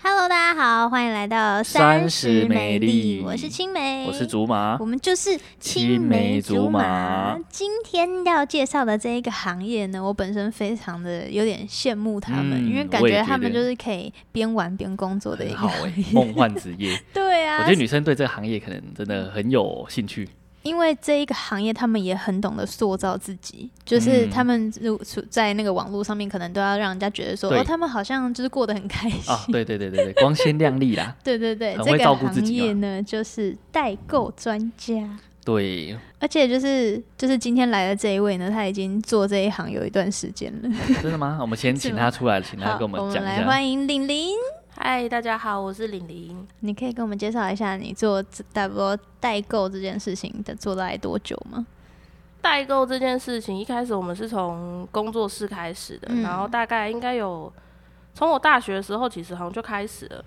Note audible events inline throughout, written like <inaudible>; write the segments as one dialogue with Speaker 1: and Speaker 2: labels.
Speaker 1: Hello，大家好，欢迎来到
Speaker 2: 三
Speaker 1: 十美
Speaker 2: 十美丽
Speaker 1: 我是青梅，
Speaker 2: 我是竹马
Speaker 1: 我，们就是青
Speaker 2: 青
Speaker 1: 梅
Speaker 2: 梅
Speaker 1: 竹
Speaker 2: 竹
Speaker 1: 马
Speaker 2: 马。
Speaker 1: 今天要介绍的这一个行业呢，我本身非常的有点羡慕他们，
Speaker 2: 嗯
Speaker 1: 因为感
Speaker 2: 我也
Speaker 1: 觉
Speaker 2: 觉得
Speaker 1: 他们就是可以边玩边工作的一
Speaker 2: 很
Speaker 1: 个
Speaker 2: 好哎、
Speaker 1: 行业。
Speaker 2: 梦幻职业。
Speaker 1: <laughs> 对 <laughs> 啊，
Speaker 2: 我觉得女生对这个行业可能真的很有
Speaker 1: <laughs>
Speaker 2: 兴趣。
Speaker 1: 因为这一个行业，他们也很懂得塑造自己，就是
Speaker 2: 嗯
Speaker 1: 他们如处在那个网络上面，可能都要让人家觉得说，
Speaker 2: 对
Speaker 1: 哦，他们好像就是过得很开心。 <laughs>
Speaker 2: 啊，对对对对对，光鲜亮丽啦。
Speaker 1: 对对对，
Speaker 2: 很
Speaker 1: 这
Speaker 2: 会
Speaker 1: 个
Speaker 2: 照顾
Speaker 1: 行
Speaker 2: 自己嘛啊
Speaker 1: 业呢，就是代购专家，
Speaker 2: 对，
Speaker 1: 而且就是就是今天来的这一位呢，他已经做这一行有一段时间了。
Speaker 2: 真的吗？我们先
Speaker 1: 是
Speaker 2: 请
Speaker 1: 吗
Speaker 2: 她出来，请她
Speaker 1: 好，
Speaker 2: 跟我们讲一
Speaker 1: 来
Speaker 2: 下。
Speaker 1: 欢迎玲玲，
Speaker 3: 嗨，大家好，我是玲玲。
Speaker 1: 你可以跟我们介绍一下你做这代购代购这件事情的做来多久吗？
Speaker 3: 代购这件事情，一开始我们是从工作室开始的，
Speaker 1: 嗯
Speaker 3: 然后大概应该有从我大学的时候，其实好像就开始了，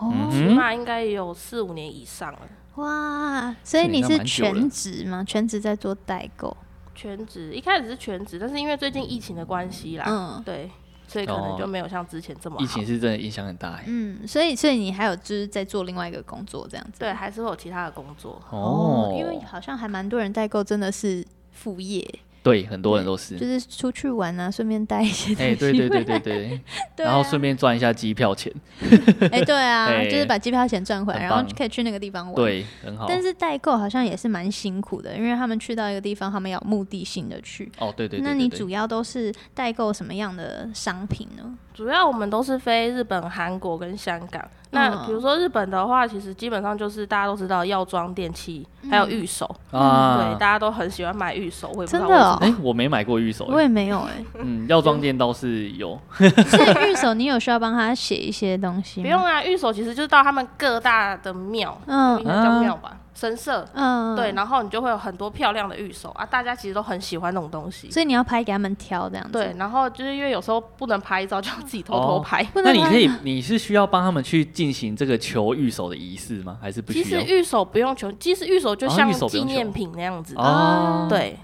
Speaker 1: 哦
Speaker 2: 嗯，
Speaker 3: 起
Speaker 2: 哼
Speaker 3: 码应该也有四五年以上了，
Speaker 1: 哇，所以
Speaker 2: 这也
Speaker 1: 你
Speaker 2: 算
Speaker 1: 是
Speaker 2: 蛮久了
Speaker 1: 全职吗？全职在做代购？
Speaker 3: 全职。一开始是全职，但是因为最近疫情的关系
Speaker 2: 啊
Speaker 3: 啦，
Speaker 1: 嗯
Speaker 3: 对，所以可能就没有像之前这么
Speaker 2: 哦
Speaker 3: 好。
Speaker 2: 疫情是真的影响很大哎、
Speaker 1: 嗯，所以所以你还有就是在做另外一个工作这样子？
Speaker 3: 对，还是会有其他的工作。
Speaker 2: 哦，
Speaker 1: 因为好像还蛮多人代购真的是副业，
Speaker 2: 对很多人都是
Speaker 1: 就。是出去玩啊，顺便带一些东
Speaker 2: 哎、
Speaker 1: 西
Speaker 2: 对对
Speaker 1: 回来
Speaker 2: 对对对，
Speaker 1: <laughs> 对
Speaker 2: 然后
Speaker 1: 啊
Speaker 2: 顺便赚一下机票钱， <laughs>
Speaker 1: 哎、对啊，
Speaker 2: 哎
Speaker 1: 就是把机票钱赚回来，
Speaker 2: 很
Speaker 1: 然后
Speaker 2: 棒
Speaker 1: 就可以去那个地方玩。，
Speaker 2: 对，很好。
Speaker 1: 但是代购好像也是蛮辛苦的，因为他们去到一个地方，他们要有目的性的去。
Speaker 2: 哦，对对对
Speaker 1: 那
Speaker 2: 对
Speaker 1: 你
Speaker 2: 对
Speaker 1: 主要都是代购什么样的商品呢？
Speaker 3: 主要我们都是飞日本、韩国跟香港。那
Speaker 1: 嗯
Speaker 3: 比如说日本的话，其实基本上就是大家都知道药妆、电器，还有玉手。对，
Speaker 2: 啊
Speaker 3: 大，家都很喜欢买玉手，我也不知
Speaker 1: 真
Speaker 3: 道
Speaker 1: 的
Speaker 3: 为什
Speaker 1: 哦
Speaker 3: 么。、
Speaker 2: 哎、我没买过玉手、
Speaker 1: 我
Speaker 2: 欸，
Speaker 1: 也没有
Speaker 2: <laughs>
Speaker 1: 哎、
Speaker 2: 嗯，药妆店倒是有，
Speaker 1: 所以玉手你有需要帮他写一些东西吗？
Speaker 3: 不用啊，玉手其实就是到他们各大的庙，应
Speaker 1: 嗯
Speaker 3: 该叫庙吧，神社。
Speaker 1: 嗯，
Speaker 3: 对，。然后你就会有很多漂亮的玉手啊，大家其实都很喜欢那种东西。
Speaker 1: 所以你要拍给他们挑这样子。
Speaker 3: 对，，然后就是因为有时候不能拍照，就要自己偷偷拍。
Speaker 1: 不能啊
Speaker 2: 那你
Speaker 1: 拍
Speaker 2: 可以，你是需要帮他们去进行这个求玉手的仪式吗？还是不
Speaker 3: 其
Speaker 2: 需要
Speaker 3: 实？玉手不用求，其实玉手就
Speaker 2: 哦
Speaker 3: 像
Speaker 2: 玉手不
Speaker 3: 纪
Speaker 2: 用求
Speaker 3: 念品那样子。
Speaker 1: 啊
Speaker 2: 哦，
Speaker 3: 对，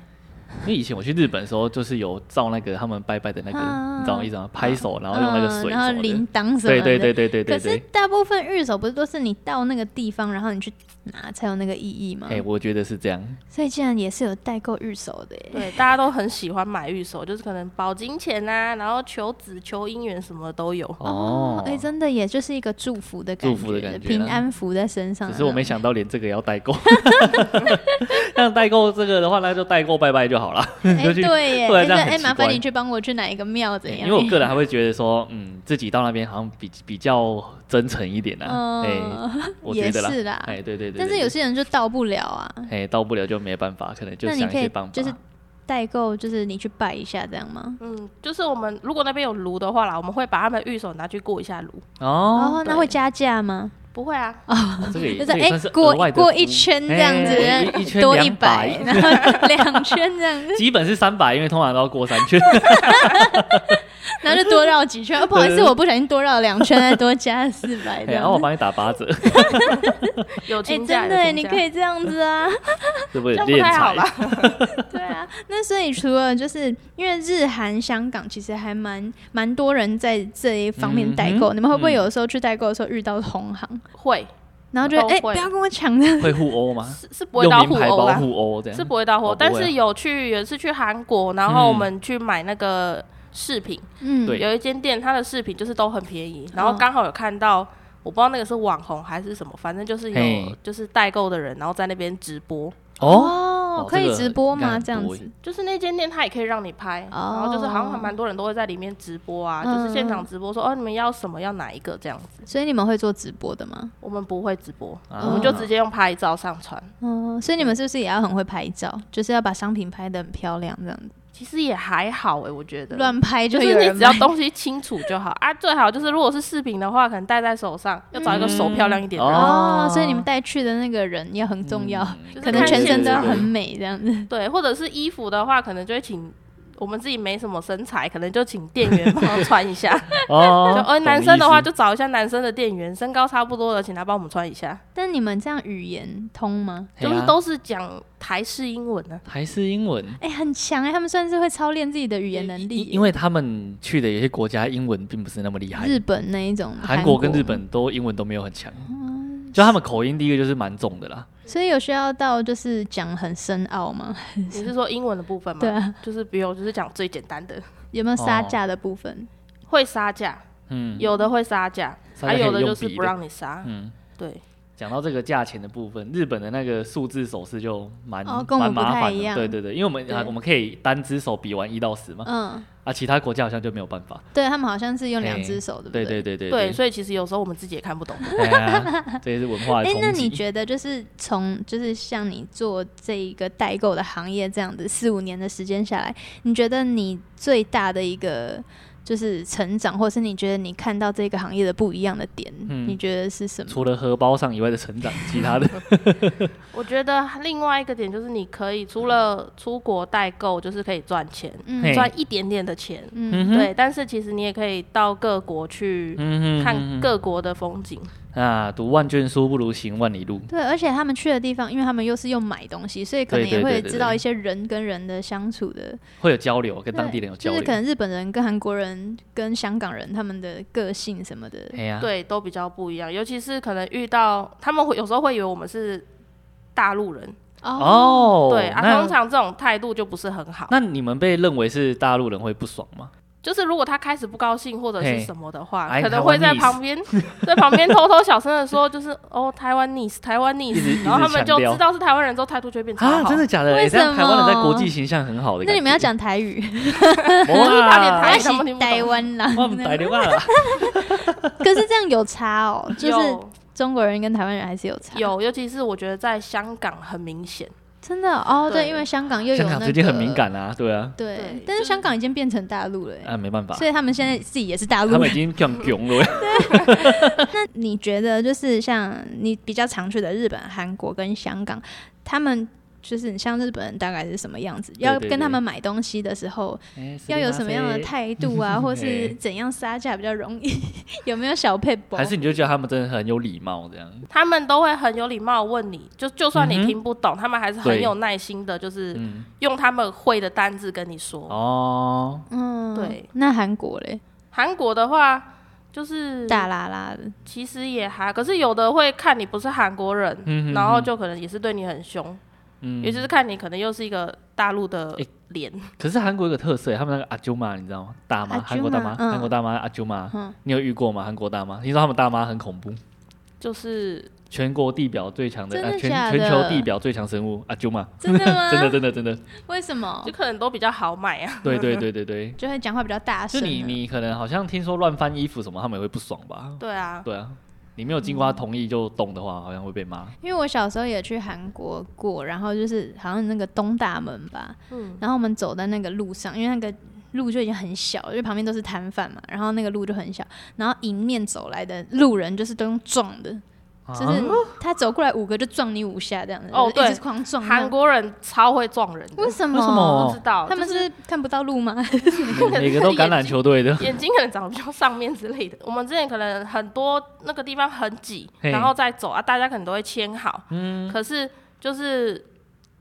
Speaker 2: 因为以前我去日本的时候，就是有照那个他们拜拜的那个，
Speaker 1: 嗯
Speaker 2: 你知道我意思吗？拍手，然后用那个水
Speaker 1: 嗯、然后
Speaker 2: 什么的
Speaker 1: 铃铛什么
Speaker 2: 对
Speaker 1: 的。
Speaker 2: 对对对对
Speaker 1: 可
Speaker 2: 对
Speaker 1: 是
Speaker 2: 对。
Speaker 1: 大部分玉手不是都是你到那个地方，然后你去拿才有那个意义吗？
Speaker 2: 哎，我觉得是这样。
Speaker 1: 所以竟然也是有代购玉手的耶。
Speaker 3: 对，大家都很喜欢买玉手，就是可能保金钱啊，然后求子、求姻缘什么都有。
Speaker 2: 哦，
Speaker 1: 哎、真的也就是一个祝福的感觉，
Speaker 2: 祝福的感觉啊
Speaker 1: 平安符在身上。啊
Speaker 2: 只是我没，想到连这个也要代购。 <laughs> 像代购这个的话，那就代购拜拜就好了。
Speaker 1: 哎、
Speaker 2: <laughs> 就去
Speaker 1: 对耶，
Speaker 2: 不
Speaker 1: 哎、
Speaker 2: 然这样很
Speaker 1: 哎
Speaker 2: 奇
Speaker 1: 麻烦
Speaker 2: 怪
Speaker 1: 你去帮我去哪一个庙怎
Speaker 2: 哎
Speaker 1: 样？
Speaker 2: 因为我个人还会觉得说，嗯，自己到那边好像比比较真诚一点啊。哎，
Speaker 1: 嗯，
Speaker 2: 我
Speaker 1: 也
Speaker 2: 觉得啦
Speaker 1: 是啦。
Speaker 2: 哎，对对对对。
Speaker 1: 但是有
Speaker 2: 对
Speaker 1: 些人就到不了啊，
Speaker 2: 哎到不了就没办法，可能就
Speaker 1: 那你
Speaker 2: 想一
Speaker 1: 可
Speaker 2: 些
Speaker 1: 以
Speaker 2: 办法。
Speaker 1: 就是代购，就是你去拜一下这样吗？
Speaker 3: 嗯，就是我们如果那边有炉的话啦，我们会把他们的玉手拿去过一下炉。
Speaker 2: 哦，
Speaker 1: 哦，那
Speaker 3: 对
Speaker 1: 会加价吗？
Speaker 3: 不会啊，
Speaker 1: 哦
Speaker 2: 这个也
Speaker 1: <laughs> 就是
Speaker 2: 这个也
Speaker 1: 哎
Speaker 2: 算是，
Speaker 1: 过
Speaker 2: 额外的
Speaker 1: 过
Speaker 2: 服
Speaker 1: 一
Speaker 2: 务
Speaker 1: 圈这样子
Speaker 2: 哎一一，圈
Speaker 1: 多一
Speaker 2: 200
Speaker 1: 百，然后 <laughs> 两圈这样子，
Speaker 2: 基本是三百，因为通常都要过三圈。 <laughs>
Speaker 1: 然后就多绕几圈。哦不好意思，
Speaker 2: <laughs> 对哎哦
Speaker 1: 我不小心多绕两圈，再多加四百这
Speaker 2: 然后
Speaker 1: 样
Speaker 2: 我
Speaker 1: 子。
Speaker 2: 帮你打八折，
Speaker 3: 有
Speaker 1: 哎，
Speaker 3: 请假、
Speaker 1: 真的耶，
Speaker 3: 有
Speaker 1: 你
Speaker 3: 请假
Speaker 1: 可以这样子啊。
Speaker 2: 是不是
Speaker 3: 这
Speaker 2: 有
Speaker 3: 样不
Speaker 2: 敛
Speaker 3: 太好
Speaker 2: 财？
Speaker 3: <laughs> 吧？
Speaker 1: 对啊，那所以除了就是因为日韩、香港其实还蛮蛮多人在这一方面代购，
Speaker 2: 嗯哼
Speaker 1: 你们会不会
Speaker 2: 嗯
Speaker 1: 有的时候去代购的时候遇到同行，
Speaker 3: 会
Speaker 1: 然后就
Speaker 3: 都
Speaker 1: 哎不
Speaker 3: 会
Speaker 1: 要跟我抢的，
Speaker 2: 会互殴吗？
Speaker 3: 是是不会
Speaker 2: 用
Speaker 3: 到
Speaker 2: 名
Speaker 3: 互
Speaker 2: 牌
Speaker 3: 殴
Speaker 2: 包
Speaker 3: 啦，
Speaker 2: 互殴这样？
Speaker 3: 是不会到互殴
Speaker 2: 哦，不会
Speaker 3: 但
Speaker 2: 啊嗯
Speaker 3: 是有去有一次去韩国，然后我们去买那个饰品，
Speaker 1: 嗯，
Speaker 2: 对
Speaker 3: 有一间店它的饰品就是都很便宜，然
Speaker 1: 哦
Speaker 3: 后刚好有看到。我不知道那个是网红还是什么，反正就是有
Speaker 2: 嘿
Speaker 3: 就是代购的人，然后在那边直播，
Speaker 2: 哦，
Speaker 1: 哦
Speaker 2: 哦，
Speaker 1: 可以
Speaker 2: 这个
Speaker 1: 直播吗？
Speaker 2: 应该
Speaker 1: 这样
Speaker 2: 不会
Speaker 1: 子
Speaker 3: 就是那间店它也可以让你拍，
Speaker 1: 哦
Speaker 3: 然后就是好像还蛮多人都会在里面直播啊，
Speaker 1: 嗯
Speaker 3: 就是现场直播说哦你们要什么要哪一个这样子，
Speaker 1: 所以你们会做直播的吗？
Speaker 3: 我们不会直播，
Speaker 2: 啊
Speaker 3: 我们就直接用拍照上传，
Speaker 1: 哦，所以你
Speaker 2: 嗯
Speaker 1: 们是不是也要很会拍照？就是要把商品拍的很漂亮，这样子
Speaker 3: 其实也还好哎、我觉得
Speaker 1: 乱拍
Speaker 3: 就
Speaker 1: 有
Speaker 3: 是
Speaker 1: 人
Speaker 3: 你只要
Speaker 1: 买
Speaker 3: 东西清楚就好啊，最好就是如果是饰品的话，可能戴在手上，要找一个手漂亮一点的，
Speaker 2: 嗯
Speaker 1: 哦
Speaker 2: 哦，
Speaker 1: 所以你们带去的那个人要很重要，
Speaker 2: 嗯
Speaker 3: 就是
Speaker 1: <laughs> 可能
Speaker 3: 看
Speaker 1: 全
Speaker 3: 起
Speaker 1: 程都
Speaker 3: 来
Speaker 1: 要
Speaker 2: 对对
Speaker 1: 很
Speaker 2: 对
Speaker 1: 美这样子。 <laughs>
Speaker 3: 对，或者是衣服的话，可能就会请我们自己没什么身材，可能就请店员帮忙穿
Speaker 1: <laughs>
Speaker 3: 一下。就
Speaker 2: 哦，
Speaker 3: 呃，
Speaker 2: 懂
Speaker 3: 男生的话
Speaker 2: 意思
Speaker 3: 就找一下男生的店员，身高差不多的，请他帮我们穿一下。
Speaker 1: 但你们这样语言通吗？
Speaker 2: 嘿
Speaker 3: 就
Speaker 2: 啊
Speaker 3: 是都是讲台式英文啊呢、
Speaker 2: 还是英文
Speaker 1: 哎、很强哎、他们算是会操练自己的语言能力
Speaker 2: 因因为他们去的有些国家英文并不是那么厉害，
Speaker 1: 日本那一种，
Speaker 2: 韩国
Speaker 1: 国
Speaker 2: 跟日，本都英文都没有很强，
Speaker 3: 哦
Speaker 2: 就他们口音第一个就是蛮重的啦。
Speaker 1: 所以有需要到就是讲很深奥吗？
Speaker 3: 你是说英文的部分吗？
Speaker 1: 嗯对，啊，
Speaker 3: 就是不用，就是讲最简单的，
Speaker 1: 有没有杀
Speaker 2: 哦
Speaker 1: 价的部分？
Speaker 3: 会杀价，
Speaker 2: 嗯，
Speaker 3: 有的会杀价，
Speaker 2: 杀价
Speaker 3: 还、
Speaker 2: 可以
Speaker 3: 有的
Speaker 2: 用
Speaker 3: 就是
Speaker 2: 笔
Speaker 3: 不
Speaker 2: 的
Speaker 3: 让你杀。
Speaker 2: 嗯，
Speaker 3: 对，
Speaker 2: 讲到这个价钱的部分，日本的那个数字手势就蛮
Speaker 1: 哦跟我
Speaker 2: 蛮
Speaker 1: 们不
Speaker 2: 麻
Speaker 1: 太
Speaker 2: 烦
Speaker 1: 一
Speaker 2: 的，
Speaker 1: 样
Speaker 2: 对对对，因为我们啊
Speaker 3: 对
Speaker 2: 我们可以单只手比完一到十嘛，
Speaker 1: 嗯，
Speaker 2: 啊，其他国家好像就没有办法。
Speaker 1: 对他们好像是用两
Speaker 2: 嘿
Speaker 1: 只手，对不
Speaker 2: 对
Speaker 1: 对
Speaker 2: 对对对
Speaker 3: 对，所以其实有时候我们自己也看不懂。
Speaker 2: 对啊，这也是文化的
Speaker 1: 哎、
Speaker 2: 冲击。
Speaker 1: 那你觉得就是从就是像你做这一个代购的行业这样子四五年的时间下来，你觉得你最大的一个就是成长，或是你觉得你看到这个行业的不一样的点，
Speaker 2: 嗯
Speaker 1: 你觉得是什么？
Speaker 2: 除了荷包上以外的成长，其他的
Speaker 3: 我觉得另外一个点就是，你可以除了出国代购，就是可以赚钱，
Speaker 2: 嗯嘿
Speaker 1: 嗯
Speaker 3: 赚一点点的钱。
Speaker 1: <laughs> 嗯，
Speaker 2: 嗯哼
Speaker 3: 对，但是其实你也可以到各国去
Speaker 2: 嗯哼
Speaker 3: 看各国的风景。
Speaker 2: <laughs> 啊，读万卷书不如行万里路。
Speaker 1: 对，而且他们去的地方，因为他们又是用买东西，所以可能
Speaker 2: 对对
Speaker 1: 也
Speaker 2: 对
Speaker 1: 会
Speaker 2: 对
Speaker 1: 知道一些人跟人的相处的，
Speaker 2: 会有交流，跟当地人有哦交
Speaker 1: 就
Speaker 2: 流。
Speaker 1: 是可能日本人跟韩国人跟香港人他们的个性什么的，
Speaker 2: 哎呀，
Speaker 3: 对，都比较不一样，尤其是可能遇到他们会有时候会以为我们是大陆人，
Speaker 2: 哦，
Speaker 3: 对啊，
Speaker 2: 那
Speaker 3: 通常这种态度就不是很好。
Speaker 2: 那你们被认为是大陆人会不爽吗？
Speaker 3: 就是如果他开始不高兴或者
Speaker 2: 嘿
Speaker 3: 是什么的话，
Speaker 2: 哎
Speaker 3: 可能会在
Speaker 2: Taiwanese
Speaker 3: 旁边 <laughs> 在旁边偷偷小声的说，就是哦，台湾 n i s 台湾 n i
Speaker 2: 一直
Speaker 3: s 然后他们
Speaker 2: 一直强
Speaker 3: 就
Speaker 2: 调
Speaker 3: 知道是台湾人之后，态度就会变超
Speaker 2: 啊，
Speaker 3: 好。
Speaker 2: 真的假的？
Speaker 1: 为
Speaker 2: 哎这样
Speaker 1: 什
Speaker 2: 台湾人在国
Speaker 1: 么
Speaker 2: 际形象很好的感觉。
Speaker 1: 那你们要讲台语， <laughs>
Speaker 3: 他连
Speaker 2: 哇，
Speaker 3: 台
Speaker 1: 还
Speaker 3: 语他们
Speaker 1: 是
Speaker 3: 听不懂
Speaker 1: 台湾啦，
Speaker 2: <laughs> 我们打电话了。
Speaker 1: <laughs> 可是这样有差哦，就是
Speaker 3: 有
Speaker 1: 中国人跟台湾人还是有差。
Speaker 3: 有，尤其是我觉得在香港很明显，
Speaker 1: 真的哦，
Speaker 3: 对
Speaker 1: 对，因为香港又有
Speaker 2: 香
Speaker 1: 那
Speaker 2: 港
Speaker 1: 个
Speaker 2: 最近很敏，感啊，对啊，
Speaker 1: 对
Speaker 3: 对，
Speaker 1: 但
Speaker 3: 就是是
Speaker 1: 香港已经变成大陆了欸，
Speaker 2: 啊，没办法，
Speaker 1: 所以他们现在自己也是大
Speaker 2: 他
Speaker 1: 陆
Speaker 2: 们
Speaker 1: 人
Speaker 2: 已。经更
Speaker 1: <laughs>
Speaker 2: 穷了。
Speaker 1: 那你觉得就是像你比较常去的日本、韩国跟香港，他们就是你像日本人大概是什么样子？
Speaker 2: 对
Speaker 1: 要
Speaker 2: 对
Speaker 1: 跟他
Speaker 2: 对
Speaker 1: 们买东西的时候，
Speaker 2: 哎
Speaker 1: 要有什么样的？
Speaker 2: 斯里
Speaker 1: 态度啊，或
Speaker 2: <laughs>
Speaker 1: 是怎样杀价比较容易？有没有小配
Speaker 2: 马
Speaker 1: 博？
Speaker 2: 还是你就觉得他们真的很有礼貌这样？
Speaker 3: 他们都会很有礼貌地问你，就就算
Speaker 2: 嗯
Speaker 3: 你
Speaker 2: 哼
Speaker 3: 听不懂，他们还是
Speaker 2: 对
Speaker 3: 很有耐心的，就是
Speaker 2: 嗯，
Speaker 3: 用他们会的单字跟你说。
Speaker 2: 哦，
Speaker 1: 嗯，
Speaker 3: 对。
Speaker 1: 那韩国嘞，
Speaker 3: 韩国的话，就是
Speaker 1: 大啦啦的，
Speaker 3: 其实也还，可是有的会看你不是韩国人，
Speaker 2: 嗯
Speaker 3: 然后就可能也是对你很凶，
Speaker 2: 嗯
Speaker 3: 尤其是看你可能又是一个大陆的
Speaker 2: 诶
Speaker 3: 脸，
Speaker 2: 可是韩国有个特色，他们那个阿舅妈，你知道吗？大妈，
Speaker 1: 阿舅妈
Speaker 2: 韩国大妈，
Speaker 1: 嗯
Speaker 2: 韩国大妈阿舅妈
Speaker 1: 嗯，
Speaker 2: 你有遇过吗？韩国大妈，听说他们大妈很恐怖，
Speaker 3: 就是
Speaker 2: 全国地表最强的，
Speaker 1: 真的
Speaker 2: 呃全
Speaker 1: 假的
Speaker 2: 全球地表最强生物阿舅妈，
Speaker 1: 真的吗？
Speaker 2: <laughs> 真的真的真的，
Speaker 1: 为什
Speaker 2: 哦
Speaker 1: 么
Speaker 3: 就可能都比较好买啊。
Speaker 2: 对对对
Speaker 1: <laughs>
Speaker 2: 对对，
Speaker 1: 就会讲话比较大
Speaker 2: 就
Speaker 1: 声呢？啊
Speaker 2: 你你可能好像听说乱翻衣服什么，他们也会不爽吧？
Speaker 3: 对啊，
Speaker 2: 对啊，你没有经过他同意就动的话，好像会被骂。
Speaker 1: 因为我小时候也去韩国过，然后就是好像那个东大门吧，
Speaker 3: 嗯，
Speaker 1: 然后我们走在那个路上，因为那个路就已经很小，就旁边都是摊贩嘛，然后那个路就很小，然后迎面走来的路人就是都用撞的，就是
Speaker 2: 啊
Speaker 1: 他走过来五个就撞你五下这样子，
Speaker 3: 哦
Speaker 1: 就是一直
Speaker 3: 对
Speaker 1: 狂撞。
Speaker 3: 韩国人超会撞人的
Speaker 1: 为，什么？
Speaker 2: 为什
Speaker 3: 不
Speaker 2: 么
Speaker 3: 知道
Speaker 1: 哦他们
Speaker 3: 就是？
Speaker 1: 是看不到路吗？
Speaker 2: 每每个都橄榄球队的 <laughs>
Speaker 3: 眼睛可能长得比较上面之类的。我们之前可能很多那个地方很挤，
Speaker 2: 嘿
Speaker 3: 然后再走啊，大家可能都会签好，嗯，可是就是。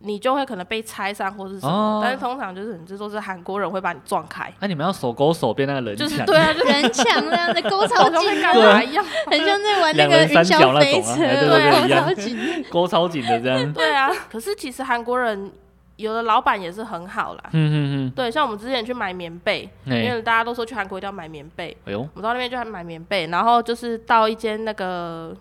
Speaker 3: 你就会可能被拆散或是什么，
Speaker 2: 哦
Speaker 3: 但是通常就是你这都是韩国人会把你撞开，
Speaker 2: 哎那你们要手勾手变那个人
Speaker 3: 就是
Speaker 2: 墙，
Speaker 3: 对啊，就是
Speaker 1: 人墙那样的勾
Speaker 3: 好 <laughs>
Speaker 1: 草
Speaker 3: 像
Speaker 1: 井
Speaker 3: 在
Speaker 1: 啊
Speaker 3: 干，嘛一样，
Speaker 1: 很像在玩那
Speaker 2: 两
Speaker 1: 个
Speaker 2: 人
Speaker 1: 云
Speaker 2: 三角
Speaker 1: 霄
Speaker 2: 那
Speaker 1: 飞
Speaker 2: 种啊
Speaker 1: 车，
Speaker 2: 哎对
Speaker 3: 对对
Speaker 1: 勾
Speaker 2: 一样
Speaker 1: 草井。
Speaker 2: 勾超紧的这
Speaker 3: <laughs>
Speaker 2: 样。
Speaker 3: 对啊，可是其实韩国人有的老板也是很好啦。
Speaker 2: 嗯嗯
Speaker 3: 对，像我们之前去买棉被，
Speaker 2: 嗯，
Speaker 3: 因
Speaker 2: 哎
Speaker 3: 为大家都说去韩国一定要买棉被，
Speaker 2: 哎呦，
Speaker 3: 我们到那边就还买棉被，然后就是到一间那个，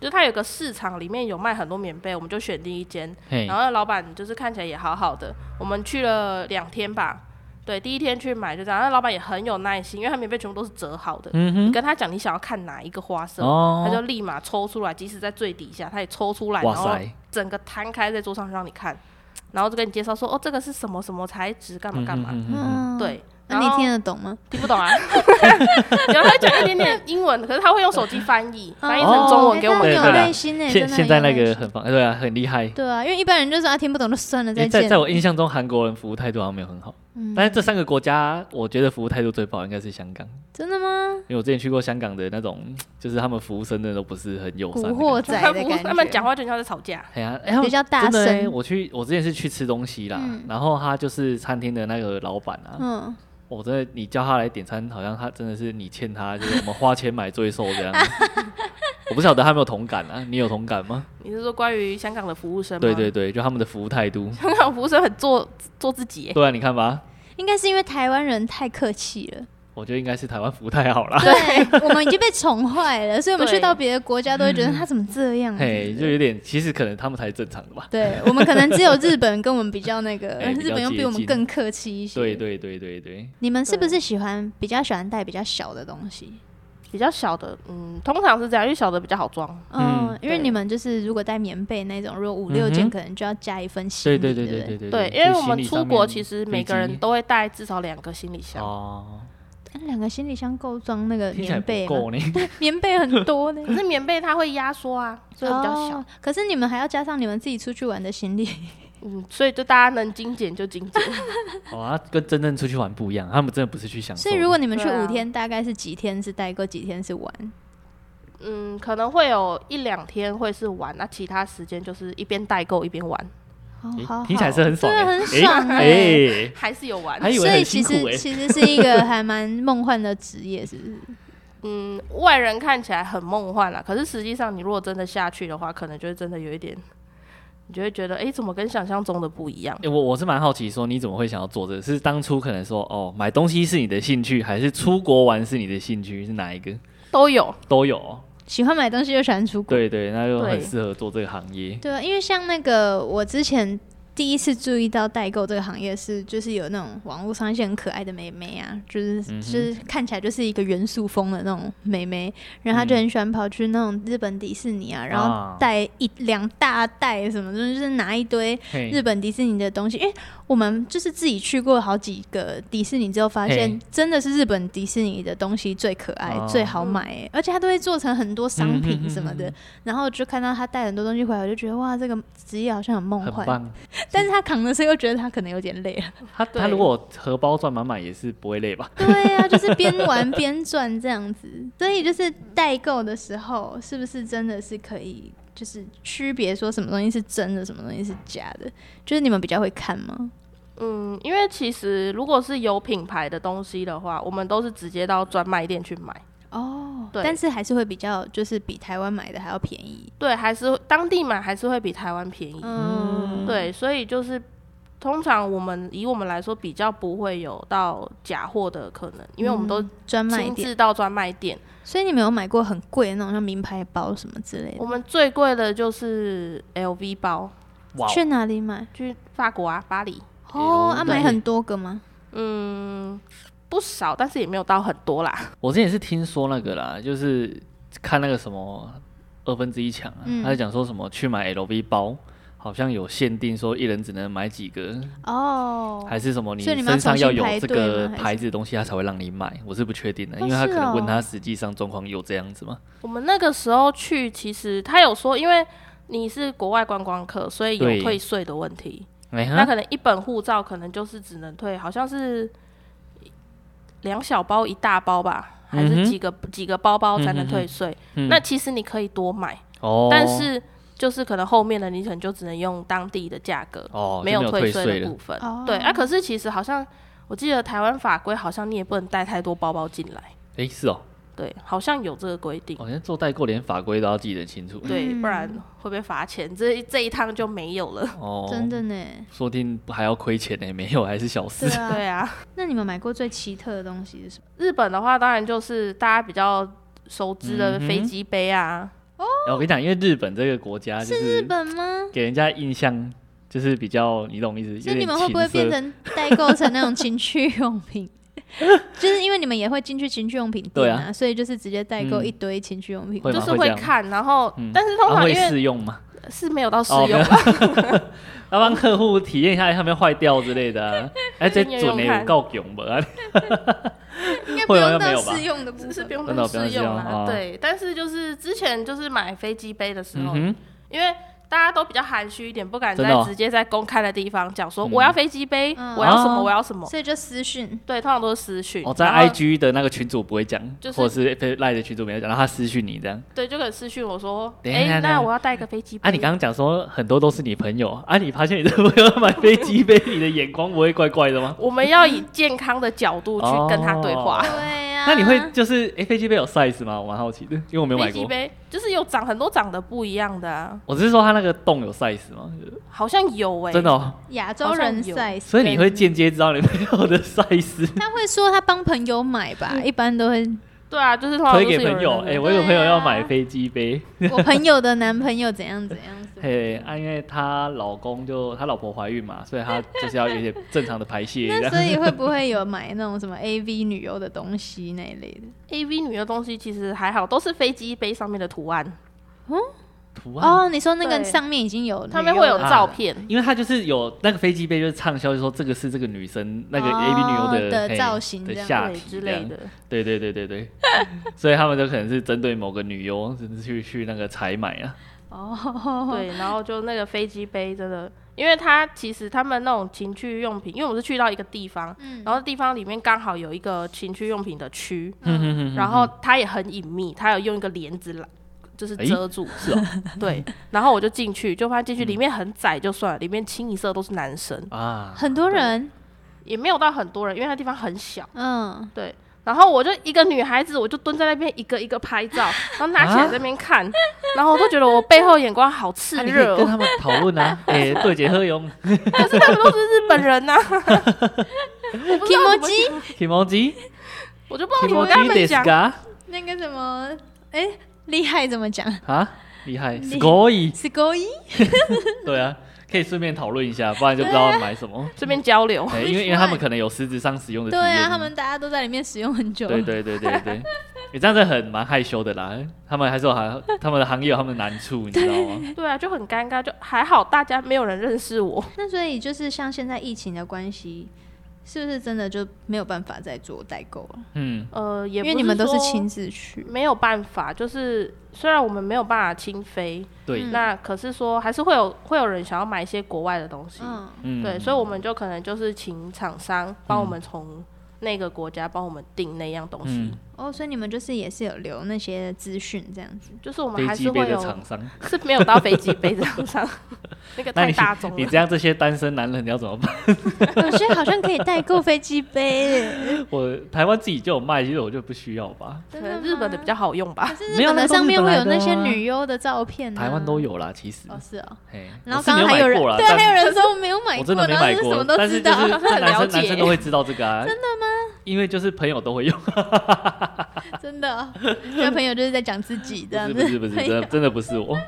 Speaker 3: 就是它有个市场里面有卖很多棉被，我们就选定一间，
Speaker 2: 嘿
Speaker 3: 然，后那老板就是看起来也好好的，我们去了两天吧。对，第一天去买就这样，那老板也很有耐心，因为他棉被全部都是折好的。
Speaker 2: 嗯
Speaker 3: 你
Speaker 2: 哼，
Speaker 3: 跟他讲你想要看哪一个花色，
Speaker 2: 哦
Speaker 3: 他就立马抽出来，即使在最底下，他也抽出来，然
Speaker 2: 哇
Speaker 3: 后
Speaker 2: 塞，
Speaker 3: 整个摊开在桌上让你看，然后就跟你介绍说，哦，这个是什么什么材质，干嘛干嘛，
Speaker 2: 嗯嗯嗯嗯嗯
Speaker 1: 嗯，。
Speaker 3: 对。
Speaker 1: 那
Speaker 3: 然
Speaker 1: 你
Speaker 3: 后
Speaker 1: 听得懂吗？
Speaker 3: 听不 <laughs> 懂啊？有他讲一点点英文，可是他会用手机翻译，翻译成中文给我们
Speaker 2: 哦
Speaker 1: 哎
Speaker 2: 对
Speaker 1: 他
Speaker 2: 看对
Speaker 1: 很有
Speaker 2: 啦
Speaker 1: 耐心呢，
Speaker 2: 现
Speaker 1: 真的很
Speaker 2: 现
Speaker 1: 有
Speaker 2: 在那
Speaker 1: 耐
Speaker 2: 个
Speaker 1: 心
Speaker 2: 很棒，对啊，很厉害。
Speaker 1: 对啊，因为一般人就说啊听不懂就算了，
Speaker 2: 因为
Speaker 1: 再
Speaker 2: 哎在
Speaker 1: 见。
Speaker 2: 在我印象中，韩国人服务态度好像没有很好，
Speaker 1: 嗯
Speaker 2: 但是这三个国家，我觉得服务态度最不好应该是香港，
Speaker 1: 真的吗？
Speaker 2: 因为我之前去过香港的那种，就是他们服务生真的都不是很友
Speaker 1: 古
Speaker 2: 善的感觉。
Speaker 1: 惑仔
Speaker 3: 他
Speaker 1: 的感
Speaker 3: 们
Speaker 1: 觉，
Speaker 3: 他们讲话就像在吵架，
Speaker 2: 哎呀，哎、他们
Speaker 1: 比较大
Speaker 2: 真的欸
Speaker 1: 声
Speaker 2: 我去，我之前是去吃东西啦，
Speaker 1: 嗯
Speaker 2: 然后他就是餐厅的那个老板啊，
Speaker 1: 嗯，
Speaker 2: 我真的，你叫他来点餐，好像他真的是你欠他，就是我们花钱买罪受
Speaker 3: <laughs>
Speaker 2: 这样。我不晓得他有没有同感啊？你有同感吗？
Speaker 3: 你是说关于香港的服务生吗？
Speaker 2: 对对，对，就他们的服务态
Speaker 3: <laughs>
Speaker 2: 度。
Speaker 3: 香港服务生很做做自己耶，
Speaker 2: 对啊，你看吧，
Speaker 1: 应该是因为台湾人太客气了，
Speaker 2: 我觉得应该是台湾服务太好
Speaker 3: <laughs>
Speaker 2: 啦。
Speaker 1: 对我们已经被宠坏了，所以我们
Speaker 3: 对
Speaker 1: 去到别的国家都会觉
Speaker 2: <laughs>
Speaker 1: 得他怎么这样
Speaker 3: 嗯
Speaker 1: 啊。
Speaker 2: 嘿，就有点，其实可能他们才是正常的吧。
Speaker 1: 对我们可能只有日本跟我们比较那个，
Speaker 2: 哎比
Speaker 1: 日
Speaker 2: 较
Speaker 1: 本又比我们
Speaker 2: 接近
Speaker 1: 更客气一些。
Speaker 2: 对，对对对对，
Speaker 1: 你们是不是喜欢比较喜欢带比较小的东西？
Speaker 3: 比较小的，嗯，通常是这样，因为小的比较好装。
Speaker 1: 嗯
Speaker 2: 嗯，
Speaker 1: 因为
Speaker 3: 对
Speaker 1: 你们就是如果带棉被那种，如果五六件
Speaker 2: 嗯哼
Speaker 1: 可能就要加一份行
Speaker 2: 对
Speaker 1: 李，
Speaker 2: 对
Speaker 1: 对
Speaker 2: 对
Speaker 1: 不
Speaker 2: 对对对
Speaker 3: 对，
Speaker 2: 对，
Speaker 3: 因为我们
Speaker 2: 就行李
Speaker 3: 出
Speaker 2: 上
Speaker 3: 国
Speaker 2: 面
Speaker 3: 其实
Speaker 2: 飞
Speaker 3: 每个人
Speaker 2: 机
Speaker 3: 都会带至少两个行李箱，
Speaker 2: 哦，
Speaker 1: 那两个行李箱够装那个
Speaker 2: 听起
Speaker 1: 棉
Speaker 2: 来不
Speaker 1: 被吗？
Speaker 2: 够呢。
Speaker 1: 棉被很多呢，
Speaker 3: 可是棉被它会压缩啊，所以比较小
Speaker 1: 哦。可是你们还要加上你们自己出去玩的行 <laughs> 李，
Speaker 3: 嗯，所以就大家能精简就精简。 <laughs>
Speaker 2: <laughs> 哦，啊跟真正出去玩不一样，他们真的不是去享受的。
Speaker 1: 所以如果你们去
Speaker 3: 对啊
Speaker 1: 五天，大概是几天是代购，几天是玩？
Speaker 3: 嗯，可能会有一两天会是玩，那其他时间就是一边代购一边玩，
Speaker 1: 哦
Speaker 2: 诶
Speaker 1: 好好
Speaker 2: 听起来是很爽
Speaker 1: 对，啊
Speaker 2: 欸，
Speaker 1: 很爽
Speaker 2: 哎、
Speaker 1: 哎。
Speaker 3: 还是有玩。
Speaker 2: 还以
Speaker 1: 所
Speaker 2: 为
Speaker 1: 以
Speaker 2: 很
Speaker 1: 其
Speaker 2: 辛
Speaker 1: 实
Speaker 2: 苦哎、
Speaker 1: 其实是一个还蛮梦幻的职业，是不是？
Speaker 3: 嗯，外人看起来很梦幻啦，可是实际上你如果真的下去的话，可能就会真的有一点，你就会觉得，哎、怎么跟想象中的不一样？
Speaker 2: 欸我我是蛮好奇，说你怎么会想要做这个？是当初可能说哦，买东西是你的兴趣，还是出国玩是你的兴趣？是哪一个？
Speaker 3: 都有，
Speaker 2: 都有哦。
Speaker 1: 喜欢买东西就喜欢出国，
Speaker 2: 对对，那就很
Speaker 3: 对
Speaker 2: 适合做这个行业。
Speaker 1: 对啊，因为像那个我之前第一次注意到代购这个行业是，就是有那种网络上一些很可爱的妹妹啊，就是、
Speaker 2: 嗯哼
Speaker 1: 就是看起来就是一个元素风的那种妹妹，然后她就很喜欢跑去那种日本迪士尼啊，然后
Speaker 2: 嗯啊
Speaker 1: 带一两大袋什么，就是拿一堆
Speaker 2: 嘿
Speaker 1: 日本迪士尼的东西，因为我们就是自己去过好几个迪士尼之后，发现
Speaker 2: 嘿
Speaker 1: 真的是日本迪士尼的东西最可爱、
Speaker 2: 哦
Speaker 1: 最好买、欸，而且它都会做成很多商
Speaker 2: 嗯哼
Speaker 1: 品
Speaker 2: 哼
Speaker 1: 什么的。
Speaker 2: 哼
Speaker 1: 然后就看到他带很多东西回来，我就觉得哇，这个职业好像很梦
Speaker 2: 很
Speaker 1: 幻。
Speaker 2: 棒。
Speaker 1: 但是他扛的时候又觉得他可能有点累啊了。
Speaker 2: 他他
Speaker 3: 对
Speaker 2: 如果荷包赚满满，也是不会累吧？
Speaker 1: <laughs> 对啊，就是边玩边赚这样 <laughs> 子。所以就是代购的时候，是不是真的是可以就是区别说什么东西是真的，什么东西是假的？就是你们比较会看吗？
Speaker 3: 嗯，因为其实如果是有品牌的东西的话，我们都是直接到专卖店去买，
Speaker 1: 哦，
Speaker 3: 对
Speaker 1: 但是还是会比较就是比台湾买的还要便宜。
Speaker 3: 对，还是当地买还是会比台湾便宜，
Speaker 1: 嗯，
Speaker 3: 对，所以就是通常我们以我们来说比较不会有到假货的可能，因为我们都
Speaker 1: 嗯专卖
Speaker 3: 亲
Speaker 1: 店，
Speaker 3: 自到专卖店。
Speaker 1: 所以你们有买过很贵的那种像名牌包什么之类
Speaker 3: 我
Speaker 1: 的？
Speaker 3: 们最贵的就是 LV 包，
Speaker 2: 哇哦，
Speaker 1: 去哪里买？
Speaker 3: 去法国啊，巴黎，
Speaker 1: 哦，啊，
Speaker 2: 对
Speaker 1: 买很多个吗？
Speaker 3: 嗯，不少，但是也没有到很多啦。
Speaker 2: 我之前是听说那个啦，就是看那个什么二分之一强啊，
Speaker 1: 嗯
Speaker 2: 他就讲说什么去买 LV 包，好像有限定，说一人只能买几个，
Speaker 1: 哦，
Speaker 2: 还是什么？你
Speaker 1: 所以你们要
Speaker 2: 身上要有这
Speaker 1: 重新排队
Speaker 2: 个
Speaker 1: 吗还是
Speaker 2: 牌子的东西，他才会让你买。我是不确定的，
Speaker 1: 哦
Speaker 2: 因为他可
Speaker 1: 是哦
Speaker 2: 能问他实际上状况有这样子吗？
Speaker 3: 我们那个时候去，其实他有说，因为你是国外观光客，所以有
Speaker 2: 对
Speaker 3: 退税的问题。
Speaker 1: 哦
Speaker 2: 哎
Speaker 3: 那
Speaker 2: 哈，
Speaker 3: 可能一本护照可能就是只能退，好像是两小包一大包吧，还
Speaker 2: 嗯
Speaker 3: 是
Speaker 2: 哼
Speaker 3: 几个几个包包才能退税？
Speaker 2: 嗯
Speaker 3: 那其实你可以多买，
Speaker 2: 哦，
Speaker 3: 但是就是可能后面的你可能就只能用当地的价格。
Speaker 2: 哦，
Speaker 3: 没
Speaker 2: 就没
Speaker 3: 有退
Speaker 2: 税
Speaker 3: 税的
Speaker 2: 了
Speaker 3: 部。分。
Speaker 1: 哦
Speaker 3: 对啊，可是其实好像我记得台湾法规好像你也不能带太多包包进来，
Speaker 2: 哎，是哦，
Speaker 3: 对，好像有这个规定，
Speaker 2: 好像做代购连法规都要记得清楚。
Speaker 3: 对，
Speaker 1: 嗯
Speaker 3: 不然会被罚钱，这这一趟就没有了。
Speaker 2: 哦，
Speaker 1: 真，的呢。
Speaker 2: 说不定还要亏钱呢，没有还是小事
Speaker 1: 对。啊，
Speaker 3: <laughs> 对啊，
Speaker 1: <laughs> 那你们买过最奇特的东西是什么？
Speaker 3: 日本的话当然就是大家比较熟知的
Speaker 2: 嗯哼
Speaker 3: 飞机杯啊，
Speaker 2: <laughs> 然后我跟你讲，因为日本这个国家就是
Speaker 1: 日
Speaker 2: 是
Speaker 1: 本吗？
Speaker 2: 给人家印象就是比较，你懂意思？
Speaker 1: 所以
Speaker 2: 有点
Speaker 1: 你们会不会
Speaker 2: 情色
Speaker 1: 变？成代购成那种情趣用品？ <laughs> 就是因为你们也会进去情趣用品店
Speaker 2: 对
Speaker 1: 啊，所以就是直接代购
Speaker 2: 嗯
Speaker 1: 一堆情趣用品。
Speaker 2: 会
Speaker 3: 就
Speaker 2: 吗
Speaker 3: 是
Speaker 2: 会这
Speaker 3: 会
Speaker 2: 样
Speaker 3: 看，然后
Speaker 2: 嗯
Speaker 3: 但是通
Speaker 2: 啊
Speaker 3: 常
Speaker 2: 会
Speaker 3: 因为
Speaker 2: 试用吗？
Speaker 3: 是没有到试
Speaker 2: 哦没
Speaker 3: 用
Speaker 2: 有，要帮客户体验一下他们坏掉之类的啊。哎，这
Speaker 3: 先
Speaker 2: 准
Speaker 3: 用
Speaker 2: 呢，
Speaker 3: 看
Speaker 2: 有够勇吧？
Speaker 1: 应该
Speaker 2: 不用到
Speaker 1: 试
Speaker 2: 试
Speaker 1: 用的部
Speaker 3: 只是不
Speaker 1: 分。
Speaker 3: 用
Speaker 2: 真的不用
Speaker 3: 试用
Speaker 2: 试用
Speaker 3: 啦
Speaker 2: 哦。
Speaker 3: 对，但是就是之前就是买飞机杯的时
Speaker 2: 嗯
Speaker 3: 候，
Speaker 2: 哼。
Speaker 3: 因为大家都比较含蓄一点，不敢
Speaker 2: 真
Speaker 3: 在
Speaker 2: 的哦
Speaker 3: 直接在公开的地方讲说
Speaker 2: 嗯
Speaker 3: 我要飞机杯，
Speaker 1: 嗯
Speaker 3: 我要什么，
Speaker 2: 哦
Speaker 3: 我要什么。
Speaker 1: 所以就私讯，
Speaker 3: 对，通常都是私讯。
Speaker 2: 哦，在
Speaker 3: 嗯然后
Speaker 2: IG 的那个群主不会讲，
Speaker 3: 就是
Speaker 2: 或者是被赖的群主没有讲，然后他私讯你这样。
Speaker 3: 对，就可以私讯我说，
Speaker 2: 等一下
Speaker 3: 哎、
Speaker 2: 等一下
Speaker 3: 那我要带一个飞机杯。
Speaker 2: 啊，你刚刚讲说很多都是你朋友，啊，你发现你的朋友买飞机杯，你的眼光不会怪怪的吗？
Speaker 3: 我们要以健康的角度去跟他对话。
Speaker 2: 哦
Speaker 1: 对啊呀、
Speaker 2: 那你会就是，哎、飞机杯有 size 吗？我蛮好奇的，因为我没有买
Speaker 3: 飞机
Speaker 2: 过。
Speaker 3: 杯就是有长很多长得不一样的、啊，
Speaker 2: 我只是说它那个洞有 size 吗？
Speaker 3: 好像有哎、
Speaker 2: 真的、哦，
Speaker 1: 亚洲人
Speaker 3: 好像有
Speaker 1: size，
Speaker 2: 所以你会间接知道你朋友的 size，
Speaker 1: 他会说他帮朋友买
Speaker 3: 嗯
Speaker 1: 吧，一般都
Speaker 2: <laughs>
Speaker 1: 会。
Speaker 3: 对啊，就是通常
Speaker 2: 推
Speaker 3: 都是
Speaker 2: 给
Speaker 3: 有人啊
Speaker 2: 朋友。
Speaker 3: 在
Speaker 2: 哎、
Speaker 3: 那
Speaker 2: 我有朋友要买飞机杯，
Speaker 1: 我朋友的男朋友怎样怎样，
Speaker 2: 嘿，啊，因为她老公就她老婆怀孕嘛，所以她就是要
Speaker 3: <laughs>
Speaker 2: 有点正常的排泄。这
Speaker 1: 那
Speaker 2: 样
Speaker 1: 所以会不会有买那种什么 AV 女优的东西那一类的？
Speaker 3: A V 女的东西其实还好，都是飞机杯上面的图案，
Speaker 2: 图案
Speaker 1: 哦，你说那个
Speaker 3: 对
Speaker 1: 上面已经有女优了，
Speaker 3: 上面会有照片。
Speaker 2: 因为他就是有那个飞机杯，就是畅销，就说这个是这个女生那个 A B 女
Speaker 1: 哦
Speaker 2: 优
Speaker 1: 的
Speaker 2: 嘿
Speaker 1: 造型
Speaker 2: 的
Speaker 1: 这样
Speaker 2: 下
Speaker 3: 对
Speaker 2: 体
Speaker 3: 之
Speaker 2: 这
Speaker 3: 类
Speaker 2: 样，
Speaker 3: 的，
Speaker 2: 对对对对对，
Speaker 3: <laughs>
Speaker 2: 所以他们就可能是针对某个女优，甚至去去那个采买啊，
Speaker 1: 哦，
Speaker 3: 对，然后就那个飞机杯真的，因为它其实他们那种情趣用品，因为我是去到一个地方，
Speaker 1: 嗯
Speaker 3: 然后地方里面刚好有一个情趣用品的区，
Speaker 2: 嗯
Speaker 3: 然后它也很隐秘，它有用一个帘子来就是
Speaker 2: 诶
Speaker 3: 遮住，
Speaker 2: 是哦 <laughs> 嗯
Speaker 3: 对，然后我就进去，就发现进去里面很窄，就算了，里面清一色都是男生，
Speaker 2: <laughs> 啊，
Speaker 1: 很多人，
Speaker 3: 也没有到很多人，因为它地方很小。
Speaker 1: 嗯，
Speaker 3: 对，然后我就一个女孩子，我就蹲在那边一个一个拍照，然后拿起来在那边看，然后我都觉得我背后眼光好
Speaker 2: 啊
Speaker 3: 炽
Speaker 2: 你可以
Speaker 3: 热、
Speaker 2: 跟
Speaker 3: 哦，
Speaker 2: 他们讨论
Speaker 3: <laughs>
Speaker 2: 啊，哎，对姐喝用
Speaker 3: 可是他们都是日本人
Speaker 1: <laughs>
Speaker 3: 呐、哈，我不知道怎么
Speaker 1: Kimoji？
Speaker 3: 讲
Speaker 2: k i m o j i
Speaker 3: 我就不
Speaker 2: k
Speaker 3: 知道
Speaker 2: i
Speaker 3: 怎
Speaker 2: m o j i
Speaker 3: 么跟他们
Speaker 2: d
Speaker 3: 讲
Speaker 2: s。a
Speaker 1: 那个什么，哎，厉害怎么讲？
Speaker 2: 啊，厉害，
Speaker 1: 厉
Speaker 2: すごい，
Speaker 1: s g o i <laughs>
Speaker 2: 对啊，可以顺便讨论一下，不然就不知道买什么，
Speaker 3: 这边
Speaker 1: <laughs>
Speaker 3: 交流，
Speaker 2: 哎因为因为他们可能有实质上使用的
Speaker 1: 对
Speaker 2: 经
Speaker 1: 啊，
Speaker 2: 验
Speaker 1: 他们大家都在里面使用很久了，
Speaker 2: 对对对对对，你这样子很蛮害羞的啦。他们还是有行，他们的行业有他们的难处，你知道吗？
Speaker 3: 对啊，就很尴尬，就还好大家没有人认识我，
Speaker 1: 那所以就是像现在疫情的关系，是不是真的就没有办法再做代购了？
Speaker 2: 嗯，
Speaker 3: 呃，也
Speaker 1: 因
Speaker 3: 不
Speaker 1: 为你们都是
Speaker 3: 说
Speaker 1: 亲自去，
Speaker 3: 没有办法，就是虽然我们没有办法轻飞，
Speaker 2: 对，
Speaker 1: 嗯
Speaker 3: 那可是说还是会有会有人想要买一些国外的东西，
Speaker 1: 嗯，
Speaker 2: 嗯，
Speaker 3: 对，所以我们就可能就是请厂商帮我们从那个国家帮我们订那样东西，
Speaker 2: 嗯
Speaker 1: 哦，所以你们就是也是有留那些资讯这样子，
Speaker 3: 就是我们
Speaker 2: 飞
Speaker 3: 还
Speaker 2: 机
Speaker 3: 是
Speaker 2: 杯
Speaker 3: 会
Speaker 2: 的
Speaker 3: 有
Speaker 2: 厂商，
Speaker 3: 是没有到飞机杯的厂
Speaker 2: <laughs>
Speaker 3: 商，那个
Speaker 2: 那
Speaker 3: 太
Speaker 2: 你
Speaker 3: 大众
Speaker 2: 你
Speaker 3: 了。
Speaker 2: 这样这些单身男人你要怎么办？
Speaker 1: <laughs>
Speaker 2: <laughs>
Speaker 1: 有些好像可以代购飞机杯， <laughs>
Speaker 2: 我台湾自己就有卖，其实我就不需要吧。
Speaker 3: 可
Speaker 1: 真
Speaker 3: 能
Speaker 1: 的
Speaker 3: 日本的比较好用吧
Speaker 1: 吗，可，是
Speaker 2: 没
Speaker 1: 日
Speaker 2: 有
Speaker 1: 本
Speaker 2: 那
Speaker 1: 的
Speaker 2: 都是
Speaker 1: 上面会有
Speaker 2: 本来
Speaker 1: 那
Speaker 2: 的啊
Speaker 1: 些女优的照片、
Speaker 2: 台湾都
Speaker 1: 有，
Speaker 2: 有啦，其实
Speaker 1: 哦，是哦。
Speaker 2: 嘿，
Speaker 1: 然后
Speaker 2: 我是
Speaker 1: 刚
Speaker 2: 没
Speaker 1: 刚还
Speaker 2: 有
Speaker 1: 有
Speaker 2: 买
Speaker 1: 人
Speaker 2: 过啦，
Speaker 1: 对，啊
Speaker 2: 但
Speaker 1: 还有人说我没有买
Speaker 2: 我
Speaker 1: 过，
Speaker 2: 真的没
Speaker 1: 然后
Speaker 2: 买
Speaker 1: 是什
Speaker 2: 过
Speaker 1: 么，都
Speaker 2: 但
Speaker 1: 知
Speaker 2: 是就
Speaker 1: 道 <laughs>
Speaker 2: 是。这男
Speaker 3: 很了
Speaker 2: 生
Speaker 3: 解
Speaker 2: 男生都会知道这个啊，真的吗？因为就是朋友都会用，
Speaker 1: 真的哦，这朋友就是在讲自己这
Speaker 2: 不
Speaker 1: 样
Speaker 2: 是
Speaker 1: 子，
Speaker 2: 不是
Speaker 1: <laughs>
Speaker 2: 不是，真的真的不是我。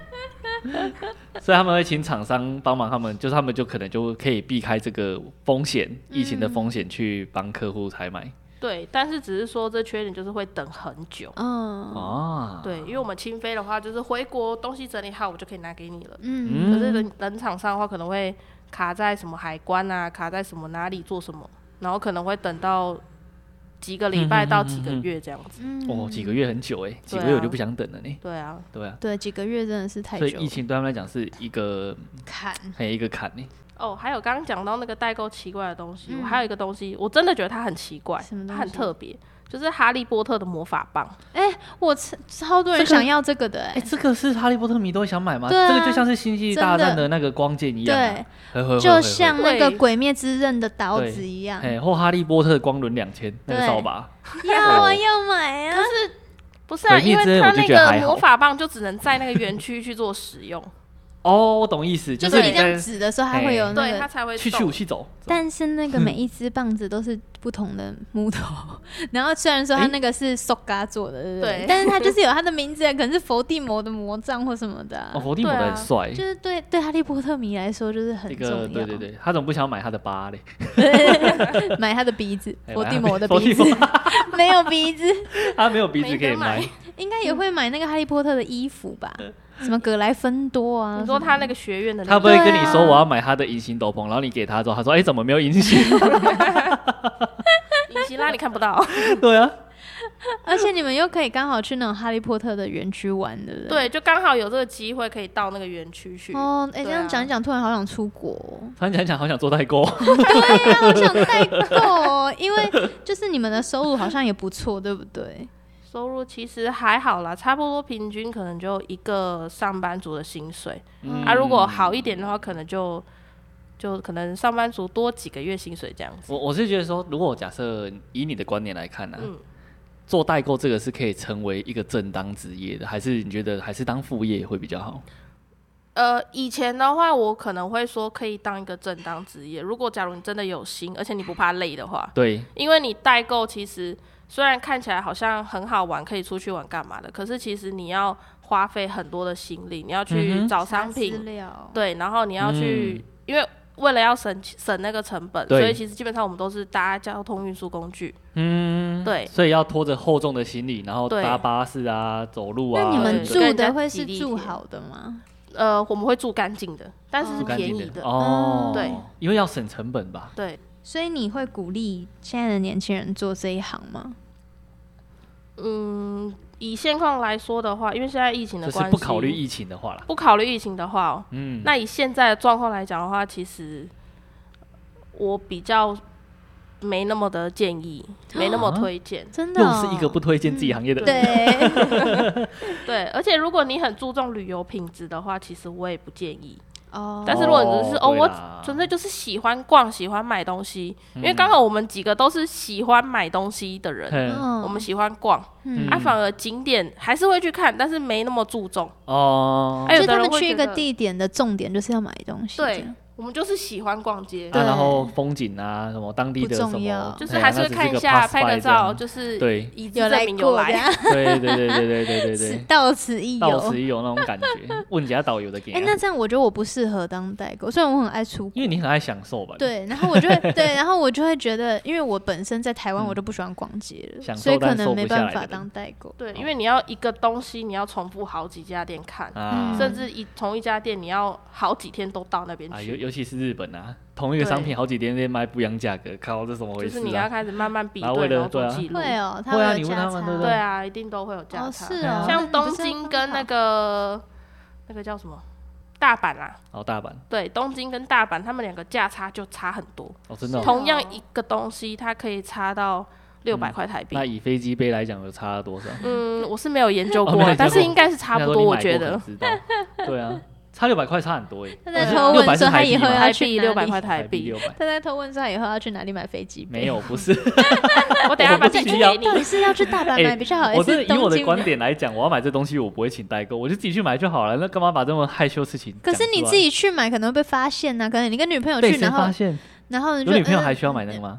Speaker 2: 所以他们会请厂商帮忙，他们就是他们就可能就可以避开这个风险，疫情的风险去帮客户采买
Speaker 3: 对，但是只是说这缺点就是会等很久。
Speaker 1: 嗯
Speaker 2: 啊。
Speaker 3: 对，因为我们轻飞的话，就是回国东西整理好，我就可以拿给你了。
Speaker 1: 嗯，
Speaker 3: 可是
Speaker 2: 嗯，
Speaker 3: 人人厂商的话，可能会卡在什么海关啊，卡在什么哪里做什么，然后可能会等到几个礼拜到几个月这样子。
Speaker 1: 嗯
Speaker 2: 哦，几个月很久
Speaker 1: 啊
Speaker 2: 哎，几个月我就不想等了呢。
Speaker 3: 对啊，
Speaker 2: 对啊，
Speaker 1: 对，几个月真的是太
Speaker 2: 所以
Speaker 1: 久
Speaker 2: 疫
Speaker 1: 了，
Speaker 2: 情对他们来讲是一个
Speaker 1: 看
Speaker 2: 很一个坎呢。
Speaker 3: 哦，还有刚刚讲到那个代购奇怪的东西，
Speaker 1: 嗯
Speaker 3: 我还有一个东西，我真的觉得它很奇怪
Speaker 1: 什么，东
Speaker 3: 它
Speaker 1: 西
Speaker 3: 很特别，就是哈利波特的魔法棒。
Speaker 1: 哎我超超多人
Speaker 2: 这个
Speaker 1: 想要这个的哎、
Speaker 2: 哎，这个是哈利波特迷都会想买吗？
Speaker 1: 对啊
Speaker 2: 这个就像是星际大
Speaker 1: 真
Speaker 2: 战
Speaker 1: 的
Speaker 2: 的那个光剑一样啊，
Speaker 1: 对，
Speaker 2: 呵呵呵呵
Speaker 1: 就像那个《
Speaker 3: 对
Speaker 1: 鬼灭之刃》的刀子一样，
Speaker 2: 哎或哈利波特光轮两千那个
Speaker 1: 对
Speaker 2: 扫把，
Speaker 1: 要啊
Speaker 2: 哦
Speaker 1: 要买啊！
Speaker 3: 不是啊，
Speaker 2: 毁灭
Speaker 3: 因为
Speaker 2: 之刃
Speaker 3: 它
Speaker 2: 我就
Speaker 3: 那
Speaker 2: 觉得还
Speaker 3: 个
Speaker 2: 好
Speaker 3: 魔法棒就只能在那个园区去做使用，
Speaker 2: 哦，我懂意思，
Speaker 1: 就是是你
Speaker 2: 你
Speaker 1: 这样
Speaker 2: 在
Speaker 1: 指的时候，它会有那
Speaker 3: 对它
Speaker 1: 个。
Speaker 3: 才会
Speaker 2: 去去
Speaker 3: 动
Speaker 2: 武器走，
Speaker 1: 但是那个每一支棒子都是不同的木头，然后虽然说它
Speaker 2: 哎
Speaker 1: 那个是 Soga 做的，对不对
Speaker 3: 对
Speaker 1: 但是它就是有它的名字，啊可能是伏地魔的魔杖或什么的啊、
Speaker 2: 哦，伏地魔
Speaker 3: 对啊
Speaker 2: 的很帅，
Speaker 1: 就是对对哈利波特迷来说就是很
Speaker 2: 这
Speaker 1: 重要。
Speaker 2: 个对对对，他怎么不想买他的疤嘞？ <laughs>
Speaker 1: 对，买他的鼻子，
Speaker 2: 哎
Speaker 1: 伏
Speaker 2: 买
Speaker 1: 地
Speaker 2: 他
Speaker 1: 魔的
Speaker 2: 伏
Speaker 1: 鼻
Speaker 2: 地
Speaker 1: 子
Speaker 2: 魔
Speaker 1: 没有鼻子，
Speaker 2: 他没有鼻子
Speaker 3: 没
Speaker 2: 可以
Speaker 3: 得买
Speaker 2: 买，
Speaker 1: 应该
Speaker 3: 嗯
Speaker 1: 也会买那个哈利波特的衣服吧？什么格莱芬多啊？
Speaker 3: 你说他那个学院的那
Speaker 2: 他
Speaker 3: 个，
Speaker 2: 不会跟
Speaker 1: 对
Speaker 2: 你
Speaker 1: 啊
Speaker 2: 说我要买他的隐形斗篷，然后你给他之后，他说哎、怎么没有隐形？ <laughs>
Speaker 3: 隐形啦，你看不到。
Speaker 2: 对啊，
Speaker 1: 而且你们又可以刚好去那种哈利波特的园区玩，对不对？
Speaker 3: 对，就刚好有这个机会可以到那个园区去。
Speaker 1: 哦，哎、
Speaker 3: 对啊
Speaker 1: 这样讲一讲，突然好想出国哦、
Speaker 2: 突然讲一讲，好想做代购。
Speaker 1: 对呀、好想代购哦，因为就是你们的收入好像也不错，对不对？
Speaker 3: 收入其实还好啦，差不多平均可能就一个上班族的薪水。
Speaker 1: 嗯
Speaker 3: 啊，如果好一点的话，可能就就可能上班族多几个月薪水这样子。
Speaker 2: 我我是觉得说，如果我假设以你的观念来看呢、
Speaker 3: 嗯
Speaker 2: 做代购这个是可以成为一个正当职业的，还是你觉得还是当副业会比较好？
Speaker 3: 呃，以前的话，我可能会说可以当一个正当职业。如果假如你真的有心，而且你不怕累的话，
Speaker 2: 对，
Speaker 3: 因为你代购其实虽然看起来好像很好玩，可以出去玩干嘛的，可是其实你要花费很多的心力，你要
Speaker 2: 嗯
Speaker 3: 去
Speaker 2: 哼
Speaker 3: 找商
Speaker 1: 查资
Speaker 3: 品，
Speaker 1: 料，
Speaker 3: 对，然后你要去，因为为了要省省那个成本，
Speaker 2: 对
Speaker 3: 所以其实基本上我们都是搭交通运输工具，
Speaker 2: 嗯，
Speaker 3: 对。
Speaker 2: 所以要拖着厚重的行李，然后
Speaker 3: 对
Speaker 2: 搭巴士啊、走路啊。
Speaker 1: 那你们
Speaker 3: 对
Speaker 1: 住
Speaker 3: 跟人家
Speaker 1: 的会是
Speaker 3: 挤地铁
Speaker 1: 住好的吗？
Speaker 3: 呃，我们会住干净的，但是
Speaker 1: 哦
Speaker 3: 是
Speaker 2: 不干
Speaker 3: 便
Speaker 2: 净
Speaker 3: 宜
Speaker 2: 的
Speaker 3: 的。
Speaker 2: 哦，
Speaker 3: 嗯对，
Speaker 2: 因为要省成本吧。
Speaker 3: 对，
Speaker 1: 所以你会鼓励现在的年轻人做这一行吗？
Speaker 3: 嗯，以现况来说的话，因为现在疫情的
Speaker 2: 就是
Speaker 3: 关系，
Speaker 2: 不考虑疫情的话啦，
Speaker 3: 不考虑疫情的话、哦，
Speaker 2: 嗯，
Speaker 3: 那以现在的状况来讲的话，其实我比较没那么的建议，
Speaker 1: 啊
Speaker 3: 没那么推荐。
Speaker 1: 真的
Speaker 2: 又
Speaker 1: 哦、
Speaker 2: 是一个不推荐自己行业的，
Speaker 1: 对， <laughs>
Speaker 3: 对，而且如果你很注重旅游品质的话，其实我也不建议。
Speaker 1: 哦，
Speaker 3: 但是如果你只是哦，
Speaker 2: 对啦
Speaker 3: 我纯粹就是喜欢逛、喜欢买东西，因为刚好我们几个都是喜欢买东西的人，
Speaker 2: 嗯，
Speaker 1: 嗯
Speaker 3: 我们喜欢逛。
Speaker 1: 嗯
Speaker 3: 啊，反而景点还是会去看，但是没那么注重。
Speaker 2: 哦，
Speaker 3: 哎
Speaker 1: 就
Speaker 3: 有的
Speaker 1: 他
Speaker 3: 人
Speaker 1: 们
Speaker 3: 会
Speaker 1: 去一
Speaker 3: 觉
Speaker 1: 个
Speaker 3: 得
Speaker 1: 地点的重点就是要买东西，
Speaker 3: 对
Speaker 1: 这样
Speaker 3: 我们就是喜欢逛街，
Speaker 1: 对
Speaker 2: 啊，然后风景啊，什么当地的
Speaker 1: 不
Speaker 2: 什
Speaker 1: 重
Speaker 2: 么
Speaker 1: 要，
Speaker 3: 就是
Speaker 2: 对啊
Speaker 3: 还是会看一下，拍个照，。就是
Speaker 2: 对
Speaker 3: 以资
Speaker 1: 有
Speaker 3: 证
Speaker 1: 来
Speaker 3: 明有
Speaker 1: 过这
Speaker 3: 来。
Speaker 1: 样，
Speaker 2: 那只是一个 pass by 这样对对对对
Speaker 1: <laughs>
Speaker 2: 对 <laughs> 对对
Speaker 1: 此
Speaker 2: 对，
Speaker 1: 到此一
Speaker 2: 到
Speaker 1: 游
Speaker 2: 此。一游那种感觉，问人家导游的给
Speaker 1: 哎、
Speaker 2: 啊，
Speaker 1: 那这样我觉得我不适合当代购，虽然我很爱出国，
Speaker 2: 因为你很爱享受吧？，
Speaker 1: 对，然后我就会
Speaker 2: <laughs>
Speaker 1: 对，然后我就会觉得，因为我本身在台湾
Speaker 2: 嗯
Speaker 1: 我就不喜欢逛街了，
Speaker 2: 享
Speaker 1: 所以
Speaker 2: 受但
Speaker 1: 可
Speaker 2: 瘦
Speaker 1: 能没
Speaker 2: 不下
Speaker 1: 办
Speaker 2: 来的
Speaker 1: 法
Speaker 2: 人
Speaker 1: 当代购。
Speaker 3: 对，因为你要一个东西，你要重复好几家店看，
Speaker 2: 啊
Speaker 1: 嗯，
Speaker 3: 甚至一从一家店你要好几天都到那边
Speaker 2: 啊，尤
Speaker 3: 去，
Speaker 2: 尤其是日本啊，同一个商品好几天在卖不一样价格，靠，这怎么回
Speaker 3: 就
Speaker 2: 事
Speaker 3: 是你要
Speaker 2: 啊？
Speaker 3: 开始慢慢比
Speaker 2: 然后
Speaker 3: 对，
Speaker 2: 为了
Speaker 3: 然后做
Speaker 2: 对啊
Speaker 3: 记录。
Speaker 1: 会哦，他
Speaker 2: 会啊
Speaker 1: 会
Speaker 2: 你
Speaker 1: 有
Speaker 2: 问
Speaker 1: 价
Speaker 2: 他们对不
Speaker 1: 差，
Speaker 3: 对啊，一定都会有价
Speaker 1: 哦
Speaker 3: 差。
Speaker 1: 是
Speaker 2: 啊
Speaker 1: 哦，
Speaker 3: 像东京跟那个那个叫什么大阪啦，
Speaker 2: 哦，大阪，
Speaker 3: 对，东京跟大阪他们两个价差就差很多。
Speaker 2: 哦，真的哦。
Speaker 1: 同
Speaker 3: 同样一个东西，它可以差到六百块台币
Speaker 2: 嗯那。以飞机杯来讲，有差了多少？
Speaker 3: 嗯，我是没有研究
Speaker 2: 哦
Speaker 3: 过
Speaker 2: 没有研究过
Speaker 3: 啊，但是应该是差不多，我
Speaker 2: 人家
Speaker 3: 觉
Speaker 2: 说你买过
Speaker 3: 得
Speaker 2: 可能知道，对啊，差六百块差很多耶。
Speaker 1: 他在
Speaker 3: 呃
Speaker 1: 偷
Speaker 2: 600
Speaker 1: 问
Speaker 2: 是
Speaker 1: 说他
Speaker 2: 台币
Speaker 1: 以后
Speaker 2: 吗
Speaker 1: <laughs> 要
Speaker 3: 台
Speaker 1: 去
Speaker 3: 币
Speaker 1: 哪
Speaker 3: 六百
Speaker 1: 里
Speaker 3: 块台币
Speaker 2: 六。百，
Speaker 1: 他在偷问说他以后要去哪里买飞机杯？
Speaker 2: 没有，不是。
Speaker 3: 我等一下把钱寄给
Speaker 1: <laughs>
Speaker 3: 你
Speaker 1: 到。底是要去大阪买
Speaker 2: <laughs> 哎
Speaker 1: 比较好，
Speaker 2: 我
Speaker 1: 还
Speaker 2: 真
Speaker 1: 是
Speaker 2: 的以我
Speaker 1: 东
Speaker 2: 的
Speaker 1: 京
Speaker 2: 观
Speaker 1: 买？
Speaker 2: 点来讲，我要买这东西，我不会请代购，我就自己去买就好了。那干嘛把这么害羞的事情
Speaker 1: 可
Speaker 2: 讲出来？
Speaker 1: 是你自己去买可能会被发现呐、可能你跟女朋友
Speaker 2: 被
Speaker 1: 去，
Speaker 2: 谁
Speaker 1: 然
Speaker 2: 发
Speaker 1: 后
Speaker 2: 现？
Speaker 1: 然后你
Speaker 2: 有
Speaker 1: 就
Speaker 2: 女朋友
Speaker 1: 嗯
Speaker 2: 还需要买那个吗？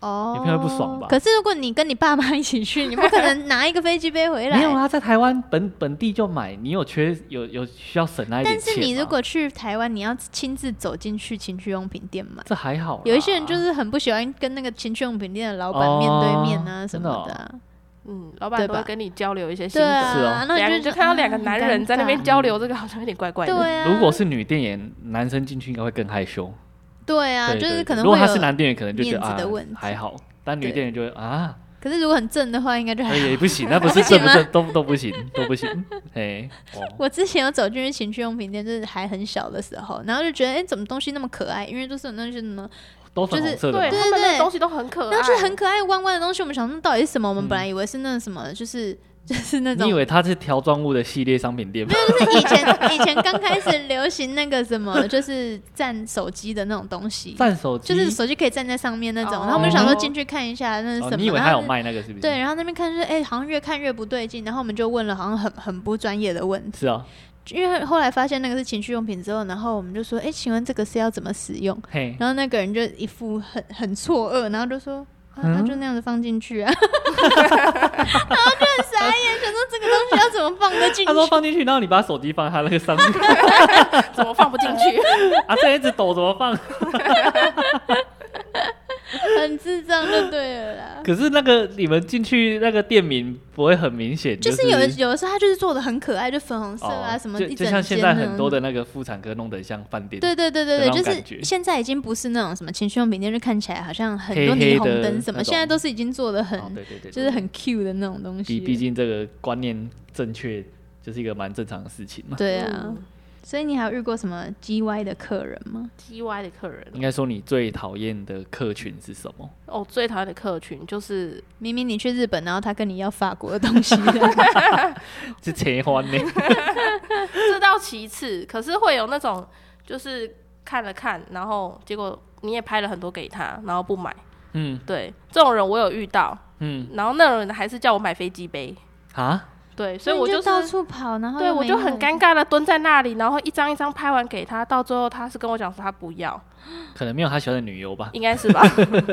Speaker 1: 哦，
Speaker 2: 女朋友会不爽吧
Speaker 1: 可是如果你跟你爸妈一起
Speaker 2: <laughs>
Speaker 1: 去，你不可能拿一个飞机杯回来。
Speaker 2: 没有啊，在台湾本本地就买。你有缺有有需要省那一点
Speaker 1: 但
Speaker 2: 钱吗
Speaker 1: 是
Speaker 2: 啊
Speaker 1: 你如果去台湾，你要亲自走进去情趣用品店买。
Speaker 2: 这还好啦，
Speaker 1: 有一些人就是很不喜欢跟那个情趣用品店的老板面对面啊
Speaker 2: 哦
Speaker 1: 什么的啊、
Speaker 3: 嗯，老板都
Speaker 1: 对吧
Speaker 3: 会跟你交流一些心
Speaker 1: 对
Speaker 3: 得。
Speaker 2: 是哦
Speaker 1: 啊，那
Speaker 3: 两
Speaker 1: 你
Speaker 3: 个
Speaker 1: 就
Speaker 3: 就
Speaker 1: 觉得
Speaker 3: 看到两个男人在那边交。
Speaker 1: 啊
Speaker 3: 流，这个好像有点怪怪
Speaker 1: 很尴尬
Speaker 3: 的。
Speaker 1: 对啊，
Speaker 2: 如果是女店员，男生进去应该会更害羞。
Speaker 1: 对啊，
Speaker 2: 对
Speaker 1: 就
Speaker 2: 对
Speaker 1: 是
Speaker 2: 对
Speaker 1: 可能
Speaker 2: 如
Speaker 1: 会
Speaker 2: 果他
Speaker 1: 有
Speaker 2: 是，男店员，可能就觉得
Speaker 1: 面子
Speaker 2: 啊
Speaker 1: 的问题
Speaker 2: 还好，但女
Speaker 1: 对
Speaker 2: 店员就会啊，
Speaker 1: 可是如果很正的话，应该就还
Speaker 2: 那
Speaker 1: 好。
Speaker 2: 也
Speaker 1: <laughs>
Speaker 2: 不行，那不是
Speaker 1: 行
Speaker 2: 正不
Speaker 1: 吗
Speaker 2: 正都都不行，都不行。 <laughs> 哎，哦，
Speaker 1: 我之前有走进去情趣用品店，就是还很小的时候，然后就觉得，哎、怎么东西那么可爱？因为就是有那些什么，
Speaker 2: 都粉
Speaker 1: 就是
Speaker 2: 红色的嘛，
Speaker 3: 对，
Speaker 1: 对
Speaker 3: 他们那
Speaker 1: 对
Speaker 3: 个东西都很可爱，
Speaker 1: 然后就是很可爱弯弯的东西，我们想那到底是什么？我们
Speaker 2: 嗯
Speaker 1: 本来以为是那什么，就是就是那种
Speaker 2: 你以为它是条状物的系列商品店吗？
Speaker 1: 就是以前以前刚开始流行那个什么，就是占手机的那种东西，
Speaker 2: 占手机
Speaker 1: 就是手机可以站在上面那种。
Speaker 3: 哦
Speaker 1: 然后我们就想说进去看一下那是什
Speaker 2: 哦
Speaker 1: 么，
Speaker 2: 你以为
Speaker 1: 然
Speaker 2: 它
Speaker 1: 后
Speaker 2: 有卖那个是不是？
Speaker 1: 对，，然后那边看就是哎、好像越看越不对劲，然后我们就问了好像很很不专业的问题，
Speaker 2: 是啊，
Speaker 1: 因为后来发现那个是情趣用品之后，然后我们就说哎、请问这个是要怎么使用？
Speaker 2: 嘿，
Speaker 1: 然后那个人就一副很很错愕，然后就说。啊，
Speaker 2: 嗯
Speaker 1: 那就那样子放进去啊，然 <laughs> 后就很傻眼，想说这个东西要怎么放得进去？
Speaker 2: 他说放进去，然后你把手机放在他那个上 <laughs> 面
Speaker 3: 怎么放不进去？
Speaker 1: <laughs>
Speaker 2: 啊，这一直抖怎么放？
Speaker 1: 很智障就对了
Speaker 2: <laughs>
Speaker 1: 啦。
Speaker 2: 可是那个你们进去那个店名不会很明显，
Speaker 1: 就是是有的有的时候他就是做的很可爱，就粉红色啊、
Speaker 2: 哦
Speaker 1: 什么
Speaker 2: 就
Speaker 1: 一
Speaker 2: 就
Speaker 1: 整
Speaker 2: 像现在
Speaker 1: 间
Speaker 2: 很
Speaker 1: 呢
Speaker 2: 多的那个妇产科弄得像饭店，
Speaker 1: 对对对对
Speaker 2: 的
Speaker 1: 对，
Speaker 2: 那种
Speaker 1: 就
Speaker 2: 感觉
Speaker 1: 是现在已经不是那种什么情趣用品店，就看起来好像很
Speaker 2: 黑
Speaker 1: 多
Speaker 2: 黑
Speaker 1: 霓虹
Speaker 2: 的
Speaker 1: 灯什
Speaker 2: 那
Speaker 1: 么，现在
Speaker 2: 种
Speaker 1: 都是已经做的很、
Speaker 2: 哦对对对，
Speaker 1: 就是很 Q 的那种东西
Speaker 2: 毕
Speaker 1: 了。
Speaker 2: 毕竟这个观念正确，就是一个蛮正常的事情嘛。
Speaker 1: <laughs> 对啊，
Speaker 2: 哦
Speaker 1: 所以你还有遇过什么 GY 的客人吗？
Speaker 3: ，T Y 的客人
Speaker 2: 应该说你最讨厌的客群是什
Speaker 1: <laughs>
Speaker 2: 么？
Speaker 3: 哦，最讨厌的客群就是
Speaker 1: 明明你去日本，然后他跟你要法国的东 <laughs> 西
Speaker 2: 是切欢呢？
Speaker 3: 这到其次，可是会有那种就是看了看，然后结果你也拍了很多给他，然后不买，
Speaker 2: 嗯
Speaker 3: 对这种人我有遇到，
Speaker 2: 嗯
Speaker 3: 然后那种人还是叫我买飞机杯，
Speaker 2: 啊，
Speaker 3: 对，所以
Speaker 1: 你
Speaker 3: 我
Speaker 1: 就
Speaker 3: 就是
Speaker 1: 到处跑，然后
Speaker 3: 对
Speaker 1: 又
Speaker 3: 我
Speaker 1: 没
Speaker 3: 就很
Speaker 1: 买
Speaker 3: 尴尬的蹲在那里，然后一张一张拍完给他，到最后他是跟我讲说他不要，
Speaker 2: 可能没有他喜欢的女优吧。
Speaker 3: 应该是 <laughs> 吧？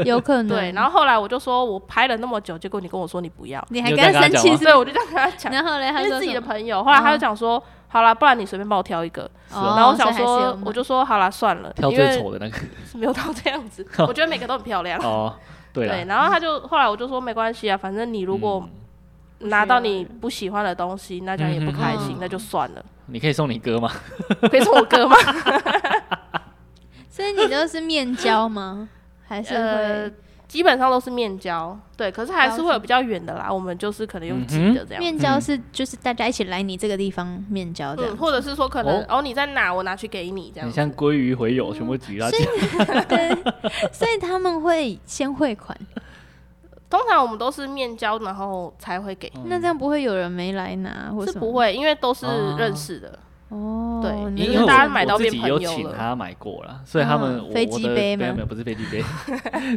Speaker 1: 有可能
Speaker 3: 对，然
Speaker 1: 后
Speaker 3: 后后来我就说我拍了那么久，结果你跟我说你不要，
Speaker 1: 你还
Speaker 2: 你有
Speaker 1: 跟
Speaker 2: 在跟
Speaker 1: 他生
Speaker 2: 他讲
Speaker 1: 气
Speaker 2: 吗
Speaker 1: 是
Speaker 3: <laughs> 对，我就这样跟他
Speaker 1: 不是？
Speaker 3: <laughs> 讲，
Speaker 1: 然后嘞，他
Speaker 3: 他是
Speaker 1: 说
Speaker 3: 自己的
Speaker 1: 什么
Speaker 3: 朋友，后来他就
Speaker 1: 嗯
Speaker 3: 讲说好啦，不然你随便帮我挑一个，
Speaker 1: 哦
Speaker 3: 然后我
Speaker 1: 所以
Speaker 3: 想
Speaker 1: 还是有
Speaker 3: 说
Speaker 1: 买
Speaker 3: 我就说好啦，算了，
Speaker 2: 挑
Speaker 3: 因
Speaker 2: 最
Speaker 3: 为
Speaker 2: 丑的那个
Speaker 3: 没有到这 <laughs> 样子，我觉得每个都很漂亮。
Speaker 2: 哦，对
Speaker 3: 对，
Speaker 2: 了，
Speaker 3: 然后他就后来我就说没关系啊，反正你如果
Speaker 2: 嗯
Speaker 3: 拿到你不喜欢的东西，那这样也不开心
Speaker 1: 嗯，
Speaker 3: 那就算了。
Speaker 2: 你可以送你哥吗？
Speaker 3: 可以送我哥吗？
Speaker 1: <laughs> 所以你都是面交吗？还是
Speaker 3: 呃
Speaker 1: 会，
Speaker 3: 基本上都是面交，对，可是还是会有比较远的啦。我们就是可能
Speaker 2: 嗯
Speaker 3: 用寄的这样，
Speaker 1: 面交是就是大家一起来你这个地方面交这样
Speaker 3: 嗯，或者是说可能
Speaker 2: 哦
Speaker 3: 哦你在哪，我拿去给你这样
Speaker 2: 很。像鲑鱼回
Speaker 1: 嗯
Speaker 2: 友，全部举他
Speaker 1: 所
Speaker 2: 起
Speaker 1: <laughs>
Speaker 2: 来。
Speaker 1: 对，所以他们会先汇款，
Speaker 3: 通常我们都是面交，然后才会给，
Speaker 1: 那这样不会有人没来拿，或
Speaker 3: 是
Speaker 1: 哦什么
Speaker 3: 不会，因为都是认识的。
Speaker 1: 哦。
Speaker 3: 对
Speaker 1: 你就
Speaker 3: 因为
Speaker 1: 是
Speaker 3: 大家
Speaker 1: 这
Speaker 3: 买到
Speaker 2: 我自
Speaker 3: 变
Speaker 2: 己
Speaker 3: 朋
Speaker 2: 有
Speaker 3: 友
Speaker 2: 请
Speaker 3: 了
Speaker 2: 他买过了，所以他们
Speaker 1: 嗯
Speaker 2: 我
Speaker 1: 飞
Speaker 2: 我
Speaker 1: 机
Speaker 2: 的
Speaker 1: 杯
Speaker 2: 没有
Speaker 1: 吗
Speaker 2: 没有不是飞机
Speaker 1: <laughs>
Speaker 2: 杯，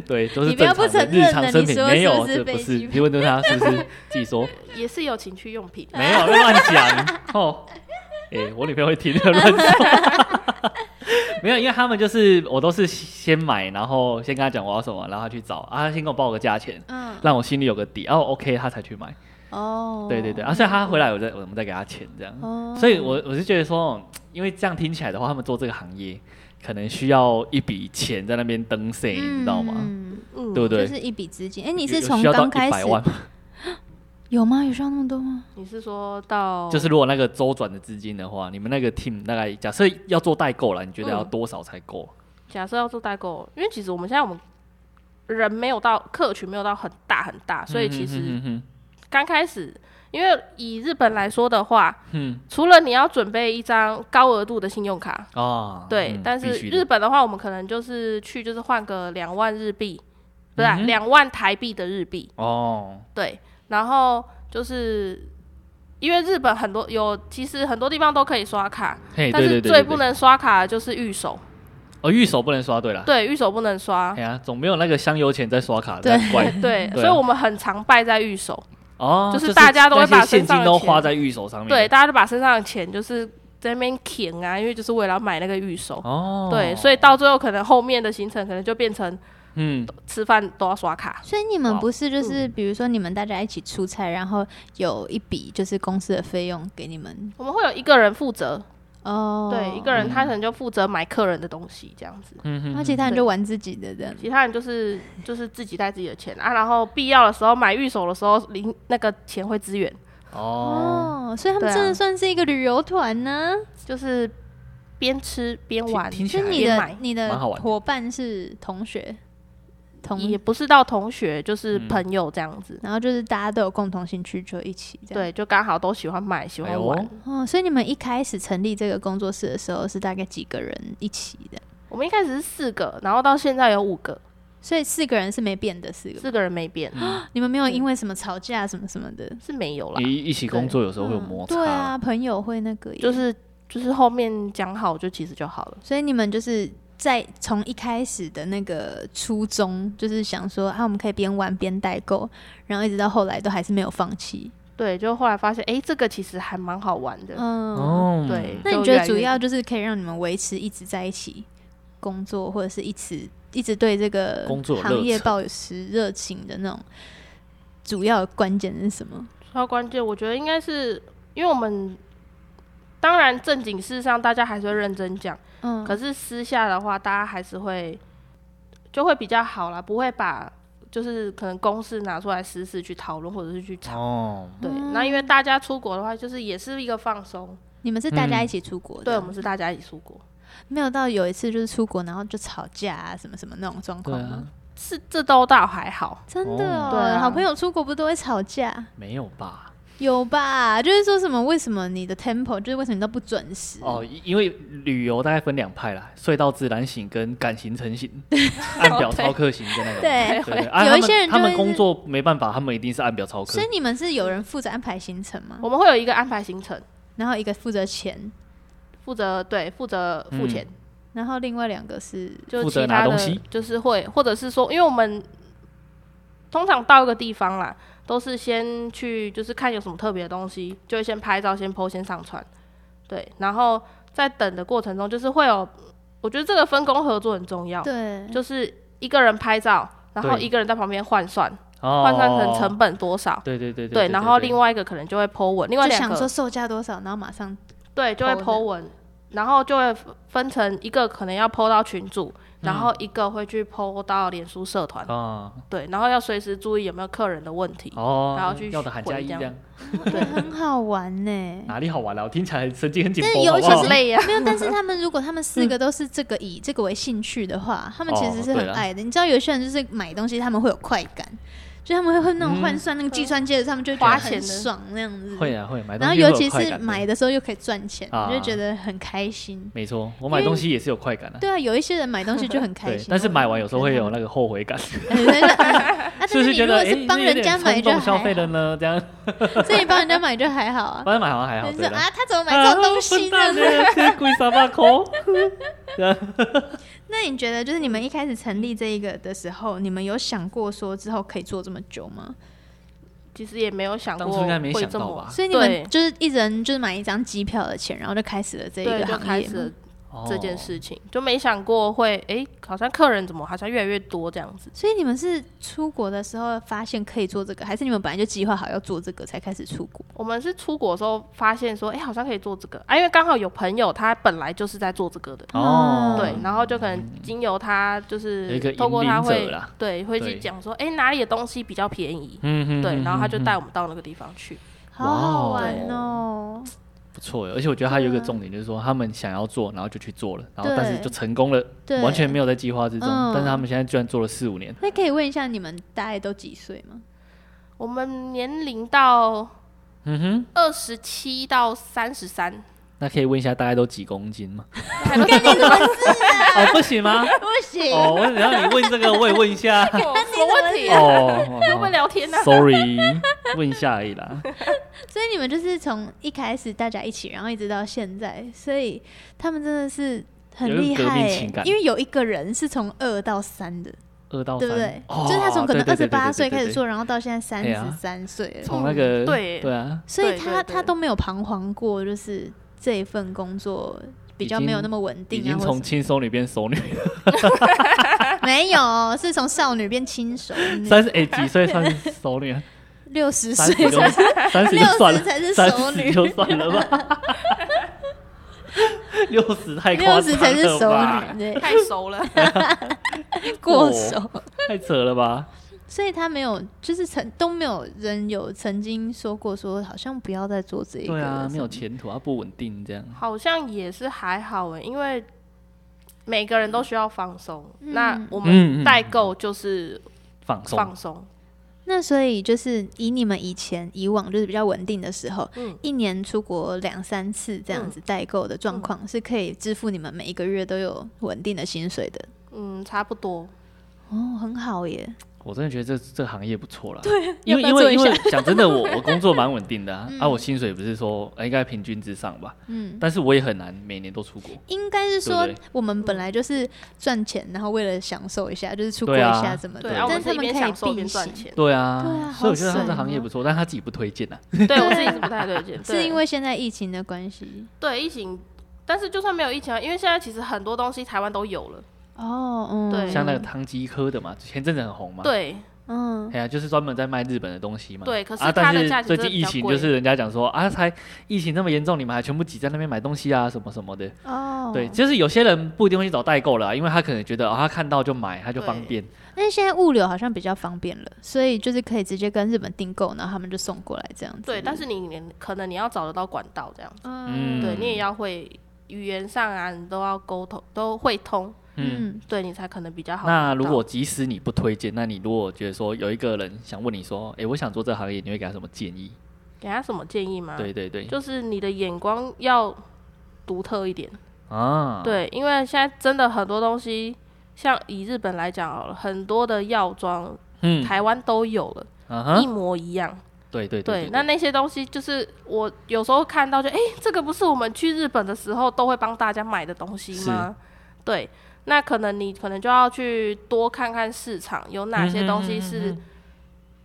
Speaker 2: 对，都是
Speaker 1: 你不要
Speaker 2: 正常
Speaker 1: 不
Speaker 2: 的
Speaker 1: 承
Speaker 2: 日
Speaker 1: 认
Speaker 2: 常
Speaker 1: 了
Speaker 2: 生
Speaker 1: 你
Speaker 2: 品，
Speaker 1: 说
Speaker 2: 没有啊
Speaker 1: 是
Speaker 2: 这
Speaker 1: 不
Speaker 2: 不
Speaker 1: 是飞
Speaker 2: 是
Speaker 1: 机杯
Speaker 2: 你问问他
Speaker 1: <laughs>
Speaker 2: 是不是自己说
Speaker 3: 也是有情趣用品，
Speaker 2: 没有啊乱讲哦。哎、我女朋友会听的乱讲。
Speaker 1: <laughs>
Speaker 2: 没有，因为他们就是我都是先买，然后先跟他讲我要什么，然后他去找啊，他先给我报个价钱，
Speaker 1: 嗯
Speaker 2: 让我心里有个底，哦，OK，他才去买。
Speaker 1: 哦，
Speaker 2: 对对对，啊，所以他回来我再我们再给他钱这样。
Speaker 1: 哦，
Speaker 2: 所以我我是觉得说，因为这样听起来的话，他们做这个行业可能需要一笔钱在那边登塞，你知道吗？
Speaker 1: 嗯
Speaker 3: 嗯，
Speaker 2: 对不对
Speaker 1: 就？是一笔资金，哎，你
Speaker 2: 你
Speaker 1: 是从
Speaker 2: 需要到
Speaker 1: 刚开始
Speaker 2: 一百万吗，
Speaker 1: 有吗？有需要那么多吗？
Speaker 3: 你是说到
Speaker 2: 就是如果那个周转的资金的话，你们那个 team 大概假设要做代购了，你觉得要多少才够？
Speaker 3: 假设要做代购，因为其实我们现在我们人没有到客群没有到很大很大，所以其实
Speaker 2: 嗯哼
Speaker 3: 刚开始，因为以日本来说的话，
Speaker 2: 嗯
Speaker 3: 除了你要准备一张高额度的信用卡，
Speaker 2: 哼啊，
Speaker 3: 对，
Speaker 2: 嗯
Speaker 3: 但是
Speaker 2: 必须的
Speaker 3: 日本的话，我们可能就是去就是换个两万日币，不
Speaker 2: 嗯
Speaker 3: 是啊
Speaker 2: 哼
Speaker 3: 两、万台币的日币，
Speaker 2: 哦，
Speaker 3: 对，然后就是。因为日本很多有，其实很多地方都可以刷卡，
Speaker 2: 嘿，
Speaker 3: 但
Speaker 2: 哎对对
Speaker 3: 是
Speaker 2: 对，
Speaker 3: 最
Speaker 2: 对
Speaker 3: 不
Speaker 2: 对
Speaker 3: 能刷卡的就是预手，
Speaker 2: 哦，预手不能刷，对了，
Speaker 3: 对，预手不能刷
Speaker 2: 哎，呀，总没有那个香油钱在刷卡，
Speaker 1: 对
Speaker 2: 很怪
Speaker 3: 对，
Speaker 2: <laughs> 对啊
Speaker 3: 所以我们很常败在预手，
Speaker 2: 哦，
Speaker 3: 就是
Speaker 2: 是
Speaker 3: 大家都会
Speaker 2: 那些
Speaker 3: 把
Speaker 2: 现
Speaker 3: 身上
Speaker 2: 金
Speaker 3: 的
Speaker 2: 都
Speaker 3: 钱
Speaker 2: 花在预手上面，
Speaker 3: 对，，大家就把身上的钱就是在那边舔啊，因为就是为了要买那个预手，
Speaker 2: 哦，
Speaker 3: 对，所以到最后可能后面的行程可能就变成
Speaker 2: 嗯，
Speaker 3: 吃饭都要刷卡，
Speaker 1: 所以你们
Speaker 2: 哇
Speaker 1: 不是就是，比如说你们大家一起出差，然后有一笔就是公司的费用给你们
Speaker 3: 我们会有一个人负责，
Speaker 1: 哦，
Speaker 3: 对，一个人他可能就负责买客人的东西这样子，
Speaker 2: 嗯哼
Speaker 1: 然
Speaker 2: 哼
Speaker 1: 后其他人就玩自己的这样。
Speaker 3: 其他人就是就是自己带自己的钱啊，然后必要的时候买预手的时候零那个钱会支援，
Speaker 2: 哦，
Speaker 1: 哦，所以他们
Speaker 3: 对啊
Speaker 1: 真的算是一个旅游团呢。
Speaker 3: 就是边吃边玩，
Speaker 2: 听听起
Speaker 1: 就
Speaker 2: 来
Speaker 1: 是你
Speaker 3: 边
Speaker 1: 的
Speaker 3: 买
Speaker 1: 你
Speaker 2: 蛮
Speaker 1: 的
Speaker 2: 好玩的
Speaker 1: 伙伴是同学，同
Speaker 3: 也不是到同学就是
Speaker 2: 嗯
Speaker 3: 朋友这样子，
Speaker 1: 然后就是大家都有共同兴趣，就一起这样。
Speaker 3: 对，就刚好都喜欢买喜
Speaker 2: 哎
Speaker 3: 欢
Speaker 2: 呦
Speaker 3: 玩。
Speaker 1: 哦，所以你们一开始成立这个工作室的时候是大概几个人一起的？
Speaker 3: 我们一开始是四个，然后到现在有五个，
Speaker 1: 所以四个人是没变的，四个
Speaker 3: 四个人没变，
Speaker 2: 嗯
Speaker 1: 你们没有因为什么吵架什么什么的，
Speaker 3: 是没有啦
Speaker 2: 你，哦一起工作有时候会有摩擦，
Speaker 1: 对啊，朋友会那个耶
Speaker 3: 就是就是后面讲好就其实就好了。
Speaker 1: 所以你们就是在从一开始的那个初衷，就是想说啊，我们可以边玩边代购，然后一直到后来都还是没有放弃。
Speaker 3: 对，就后来发现，哎、这个其实还蛮好玩的。
Speaker 1: 嗯，
Speaker 2: 哦，
Speaker 3: 对
Speaker 1: 那你
Speaker 3: 就
Speaker 1: 觉得
Speaker 3: 越来越
Speaker 1: 主要就是可以让你们维持一直在一起工作，或者是一直一直对这个
Speaker 2: 工作有热
Speaker 1: 行业
Speaker 2: 忱
Speaker 1: 抱有持热情的那种主要关键是什么？
Speaker 3: 超关键，我觉得应该是因为我们当然正经事上大家还是会认真讲，
Speaker 1: 嗯，
Speaker 3: 可是私下的话，大家还是会就会比较好啦，不会把就是可能公事拿出来私事去讨论或者是去吵。
Speaker 2: 哦，
Speaker 3: 对，那因为大家出国的话，就是也是一个放松。
Speaker 1: 你们是大家一起出国的，
Speaker 3: 对，我们是大家一起出国，
Speaker 1: 没有到有一次就是出国然后就吵架啊什么什么那种状
Speaker 2: 对
Speaker 1: 况
Speaker 2: 啊
Speaker 1: 吗？，
Speaker 3: 是这都倒还好。
Speaker 1: 真的
Speaker 2: 哦
Speaker 1: 哦，
Speaker 3: 对啊
Speaker 1: 好朋友出国不都会吵架？
Speaker 2: 没有吧？
Speaker 1: 有吧？就是说什么为什么你的 tempo 就是为什么你都不准时？
Speaker 2: 哦，因因为旅游大概分两派啦，睡到自然醒跟赶行成型，按表操课型跟那种。 <laughs>
Speaker 1: 对
Speaker 2: 对对，啊
Speaker 1: 有一
Speaker 2: 他们
Speaker 1: 些人就
Speaker 2: 他们
Speaker 1: 会
Speaker 2: 工
Speaker 1: 是
Speaker 2: 作没办法，他们一定是按表操课
Speaker 1: 所以。你们是有人负责安排行程吗？
Speaker 2: 哦
Speaker 3: 我们会有一个安排行程，
Speaker 1: 然后一个负责钱，
Speaker 3: 负责对负责付钱，
Speaker 1: 然后另外两个是
Speaker 3: 就
Speaker 2: 负
Speaker 3: 是
Speaker 2: 责
Speaker 3: 其
Speaker 2: 拿
Speaker 3: 他
Speaker 2: 东
Speaker 3: 的
Speaker 2: 西
Speaker 3: 就是会，或者是说，因为我们通常到一个地方啦，都是先去就是看有什么特别的东西，就会先拍照、先 PO、先上传，对，然后在等的过程中，就是会有，我觉得这个分工合作很重要，
Speaker 1: 对，
Speaker 3: 就是一个人拍照，然后
Speaker 2: 对
Speaker 3: 一个人在旁边换算，
Speaker 2: 哦
Speaker 3: 换算成成本多少。
Speaker 2: 对对对
Speaker 3: 对，
Speaker 2: 对，
Speaker 3: 然后另外一个可能就会 Po 文，另外
Speaker 1: 就
Speaker 3: 两
Speaker 1: 想
Speaker 3: 个
Speaker 1: 说售价多少，然后马上
Speaker 3: 对，就会
Speaker 1: Po
Speaker 3: Po 文，然后就会分分成一个可能要 Po 到群组，
Speaker 2: 嗯
Speaker 3: 然后一个会去 Po 到脸书社团，
Speaker 2: 啊
Speaker 3: 对，然后要随时注意有没有客人的问题。
Speaker 2: 哦，
Speaker 3: 然后去
Speaker 2: 要的喊加
Speaker 3: 回
Speaker 2: 一
Speaker 3: 这
Speaker 2: 这
Speaker 3: 样
Speaker 2: 样，
Speaker 1: 对很好玩呢、
Speaker 2: 哪里好玩啊了？我听起来神经很紧
Speaker 1: 但是
Speaker 2: 绷，
Speaker 1: 尤
Speaker 2: 好不
Speaker 1: 其
Speaker 2: 好
Speaker 1: 是
Speaker 3: 累呀、啊嗯
Speaker 1: 没有，但是他们如果他们四个都是这个以这个为兴趣的话，他们其实是
Speaker 2: 哦对
Speaker 1: 很
Speaker 2: 啦
Speaker 1: 爱的。你知道有些人就是买东西他们会有快感，就他们会会那种换算那个计算机的，他们就觉得
Speaker 3: 嗯花钱
Speaker 1: 很
Speaker 3: 的
Speaker 1: 爽那样子。
Speaker 2: 会啊会买东
Speaker 1: 然后
Speaker 2: 西会
Speaker 1: 尤
Speaker 2: 有
Speaker 1: 其
Speaker 2: 快
Speaker 1: 是
Speaker 2: 感的
Speaker 1: 买，的时候又可以赚钱，
Speaker 2: 啊
Speaker 1: 你就觉得很开心。
Speaker 2: 没错，我买东西也是有快感的。
Speaker 1: 对啊，有一些人买东西就
Speaker 2: <laughs>
Speaker 1: 很开
Speaker 2: 对
Speaker 1: 心，，啊
Speaker 2: 但是买完有时候会有
Speaker 1: <laughs>
Speaker 2: 那
Speaker 1: 个。
Speaker 2: 个后悔感，是
Speaker 1: 啊，
Speaker 2: <laughs>
Speaker 1: 但
Speaker 2: 不
Speaker 1: 是
Speaker 2: 是
Speaker 1: 你
Speaker 2: 觉
Speaker 1: 如
Speaker 2: 得
Speaker 1: 果是
Speaker 2: 哎
Speaker 1: 帮人家买
Speaker 2: 有点
Speaker 1: 就还
Speaker 2: 冲动消费
Speaker 1: 好，哦
Speaker 2: 了呢？这样
Speaker 1: 所以帮人家买就还好啊。
Speaker 2: 帮人买好 <laughs> 像还好，
Speaker 1: 人
Speaker 2: 对
Speaker 1: 家说
Speaker 2: 啦
Speaker 1: 啊，他怎么买这种东西
Speaker 2: 啊
Speaker 1: 呢？
Speaker 2: 笨蛋呢？这贵三百块，
Speaker 1: <laughs> 那你觉得，就是你们一开始成立这一个的时候，你们有想过说之后可以做这么久吗？
Speaker 3: 其实也没有想
Speaker 2: 当
Speaker 3: 过
Speaker 2: 初应该没
Speaker 3: 会
Speaker 2: 想
Speaker 3: 这
Speaker 2: 到
Speaker 3: 么
Speaker 2: 吧，？
Speaker 1: 所以你们
Speaker 3: 对
Speaker 1: 就是一人就是买一张机票的钱，然后就开始了这一
Speaker 3: 对，
Speaker 1: 个
Speaker 3: 就
Speaker 1: 行
Speaker 3: 开
Speaker 1: 业
Speaker 3: 始
Speaker 1: 吗
Speaker 3: 了。这件
Speaker 2: 哦。
Speaker 3: 事情，就没想过会诶，好像客人怎么好像越来越多这样子。
Speaker 1: 所以你们是出国的时候发现可以做这个，还是你们本来就计划好要做这个才开始出国？
Speaker 3: 我们是出国的时候发现说，诶，好像可以做这个啊，因为刚好有朋友他本来就是在做这个的，
Speaker 2: 哦，
Speaker 3: 对，然后就可能经由他就
Speaker 2: 有一
Speaker 3: 是
Speaker 2: 个
Speaker 3: 透过
Speaker 2: 引领
Speaker 3: 他
Speaker 2: 者
Speaker 3: 会
Speaker 2: 啦
Speaker 3: 对会去
Speaker 2: 对
Speaker 3: 讲说，哎、哪里的东西比较便宜，
Speaker 2: 嗯哼
Speaker 3: 对，然后他就带
Speaker 2: 我，
Speaker 3: 我们到那个地方去，
Speaker 1: 好好
Speaker 2: 哇哦
Speaker 1: 玩哦！
Speaker 2: 不错耶。而且我觉得他有一个
Speaker 1: 对啊
Speaker 2: 重点，就是说他们想要做，然后就去做了，然后
Speaker 1: 对
Speaker 2: 但是就成功了，
Speaker 1: 对，
Speaker 2: 完全没有在计划之中。
Speaker 1: 嗯
Speaker 2: 但是他们现在居然做了四五年，
Speaker 1: 那可以问一下你们大概都几岁吗？
Speaker 3: 我们年龄到
Speaker 2: 嗯哼，
Speaker 3: 二十七到三
Speaker 2: <laughs>
Speaker 3: 十三，
Speaker 2: 那可以问一下大概都几公斤吗？
Speaker 3: 还没跟
Speaker 2: <laughs> 哦，不行吗？
Speaker 1: 啊 <laughs> 不行，
Speaker 2: 哦，我然后你问这个，我也问一
Speaker 1: <laughs>
Speaker 2: 下。
Speaker 3: 我 <laughs> 什么问题啊？
Speaker 2: 哦，
Speaker 3: 会不会聊天呢、啊
Speaker 2: s o r r y 问一下而已啦。
Speaker 1: 所以你们就是从一开始大家一起，然后一直到现在，所以他们真的是很厉
Speaker 2: 有一个革
Speaker 1: 害
Speaker 2: 命
Speaker 1: 欸、
Speaker 2: 情感
Speaker 1: 因为有一个人是从二到三的，
Speaker 2: 二到
Speaker 1: 对
Speaker 2: 三，
Speaker 1: 不对？
Speaker 2: 哦
Speaker 1: 就是他从可能
Speaker 2: 对
Speaker 1: 二十
Speaker 2: 对对对
Speaker 1: 八
Speaker 2: 对
Speaker 1: 岁开
Speaker 2: 对
Speaker 1: 始
Speaker 2: 对
Speaker 1: 做，然后到现在三
Speaker 2: 对
Speaker 1: 十
Speaker 2: 啊
Speaker 1: 三岁了，
Speaker 2: 从那个
Speaker 3: 嗯对
Speaker 2: 对啊，
Speaker 1: 所以
Speaker 3: 对
Speaker 1: 他
Speaker 3: 对对
Speaker 1: 他都没有彷徨过，就是这一份工作比较
Speaker 2: 已经
Speaker 1: 没有那么稳
Speaker 2: 已
Speaker 1: 定啊，
Speaker 2: 经
Speaker 1: 或
Speaker 2: 从 <laughs>
Speaker 1: 者
Speaker 2: 轻熟女变熟女，
Speaker 1: 没有，是从少女变轻熟女，
Speaker 2: 三十哎几岁算是熟女啊？
Speaker 1: 六嗯 <laughs> 十
Speaker 2: 三十
Speaker 1: 岁
Speaker 2: 就
Speaker 1: 才
Speaker 2: 三十就
Speaker 1: 六
Speaker 2: 算
Speaker 1: 十
Speaker 2: 了，
Speaker 1: 才是
Speaker 2: 三
Speaker 1: 熟
Speaker 2: 十
Speaker 1: 女，
Speaker 2: 就算了吧， <laughs> 六十太夸
Speaker 1: 六十
Speaker 2: 张
Speaker 1: 才是
Speaker 2: 了哦
Speaker 1: 熟
Speaker 2: 吧，
Speaker 1: 女，对，
Speaker 3: 太
Speaker 2: <laughs>
Speaker 3: 熟了，
Speaker 1: 过
Speaker 2: 哦
Speaker 1: 熟。
Speaker 2: 太扯了吧？
Speaker 1: 所以他没有，就是曾都没有人有曾经说过说，好像不要再做这一个了。
Speaker 2: 对啊，没
Speaker 1: 什
Speaker 2: 有
Speaker 1: 么
Speaker 2: 前途啊，不稳定这样。
Speaker 3: 好像也是还好诶，因为每个人都需要放松。
Speaker 1: 嗯
Speaker 3: 那我
Speaker 2: 嗯嗯
Speaker 3: 们
Speaker 2: 嗯
Speaker 3: 代购就是
Speaker 2: 放松，
Speaker 3: 放松，
Speaker 1: 那所以就是以你们以前以往就是比较稳定的时候，
Speaker 3: 嗯
Speaker 1: 一年出国两三次这样子代购的状况，是可以支付你们每一个月都有稳定的薪水的。
Speaker 3: 嗯，差不多。
Speaker 1: 哦，很好耶！
Speaker 2: 我真的觉得这这个行业不错啦。对，
Speaker 1: 要
Speaker 2: 因为
Speaker 1: 不要
Speaker 2: 因
Speaker 1: 做
Speaker 2: 为
Speaker 1: 一
Speaker 2: 因
Speaker 1: 下
Speaker 2: 为讲真的，我我工作蛮稳定
Speaker 3: <laughs>
Speaker 2: 的啊，
Speaker 1: 嗯
Speaker 2: 啊，我薪水不是说呃应该平均之上吧，
Speaker 1: 嗯，
Speaker 2: 但是我也很难每年都出国。
Speaker 1: 应该是说
Speaker 2: 对不
Speaker 1: 我们本来就是赚钱，然后为了享受一下，就是出国
Speaker 2: 对
Speaker 1: 一
Speaker 2: 啊
Speaker 1: 下怎么的。
Speaker 3: 对，
Speaker 2: 对
Speaker 3: 啊，我
Speaker 1: 但
Speaker 3: 们
Speaker 1: 他
Speaker 3: 是一
Speaker 1: 们
Speaker 3: 边
Speaker 1: 可以
Speaker 3: 享受一边
Speaker 1: 并
Speaker 3: 赚
Speaker 1: 行。
Speaker 3: 钱。
Speaker 2: 对啊，
Speaker 1: 对啊
Speaker 2: 所以我觉得
Speaker 1: 好
Speaker 2: 他这
Speaker 1: 爽
Speaker 2: 行业
Speaker 1: 哦
Speaker 2: 不错，但他自己不推荐啊。
Speaker 3: 对我自己是不太对
Speaker 1: <laughs>
Speaker 3: 劲，
Speaker 1: 是因
Speaker 3: 为。
Speaker 1: 为现在疫情的关系
Speaker 3: 对疫情，但是就算没有疫情啊，因为现在其实很多东西台湾都有了。
Speaker 1: 哦，嗯，
Speaker 3: 对啊
Speaker 2: 像那个汤鸡科的嘛，前阵子很红嘛。
Speaker 3: 对，
Speaker 1: 嗯，
Speaker 2: 哎呀，就是专门在卖日本的东西嘛。
Speaker 3: 对可是
Speaker 2: 啊，
Speaker 3: 它
Speaker 2: 但
Speaker 3: 的
Speaker 2: 是
Speaker 3: 价钱
Speaker 2: 最
Speaker 3: 真
Speaker 2: 近
Speaker 3: 的比
Speaker 2: 疫
Speaker 3: 较
Speaker 2: 情
Speaker 3: 贵
Speaker 2: 就是人家讲说啊，才疫情那么严重，你们还全部挤在那边买东西啊，什么什么的。
Speaker 1: 哦，
Speaker 2: 对，就是有些人不一定会去找代购了啊，因为他可能觉得啊、他看到就买，他就
Speaker 3: 对嗯
Speaker 2: 方便。
Speaker 1: 但是现在物流好像比较方便了，所以就是可以直接跟日本订购，然后他们就送过来这样子。
Speaker 3: 对，
Speaker 2: 嗯
Speaker 3: 但是你你可能你要找得到管道这样，
Speaker 1: 嗯，
Speaker 3: 对你也要会语言上啊，你都要沟通，都会通，
Speaker 2: 嗯，
Speaker 1: 嗯
Speaker 3: 对你才可能比较好找到。
Speaker 2: 那如果即使你不推荐，那你如果觉得说有一个人想问你说，哎、我想做这行业，你会给他什么建议？
Speaker 3: 给他什么建议吗？，
Speaker 2: 对对对，
Speaker 3: 嗯就是你的眼光要独特一点。
Speaker 2: 啊，，
Speaker 3: 对，因为现在真的很多东西，像以日本来讲好了，很多的药妆
Speaker 2: 嗯，
Speaker 3: 台湾都有了，
Speaker 2: 啊
Speaker 3: 一
Speaker 2: 哈，
Speaker 3: 模一样。
Speaker 2: 对对
Speaker 3: 对
Speaker 2: 对，
Speaker 3: 那那些东西就是我有时候看到就，诶，这个不是我们去日本的时候都会帮大家买的东西吗？对，那可能你可能就要去多看看市场有哪些东西
Speaker 2: 嗯
Speaker 3: 是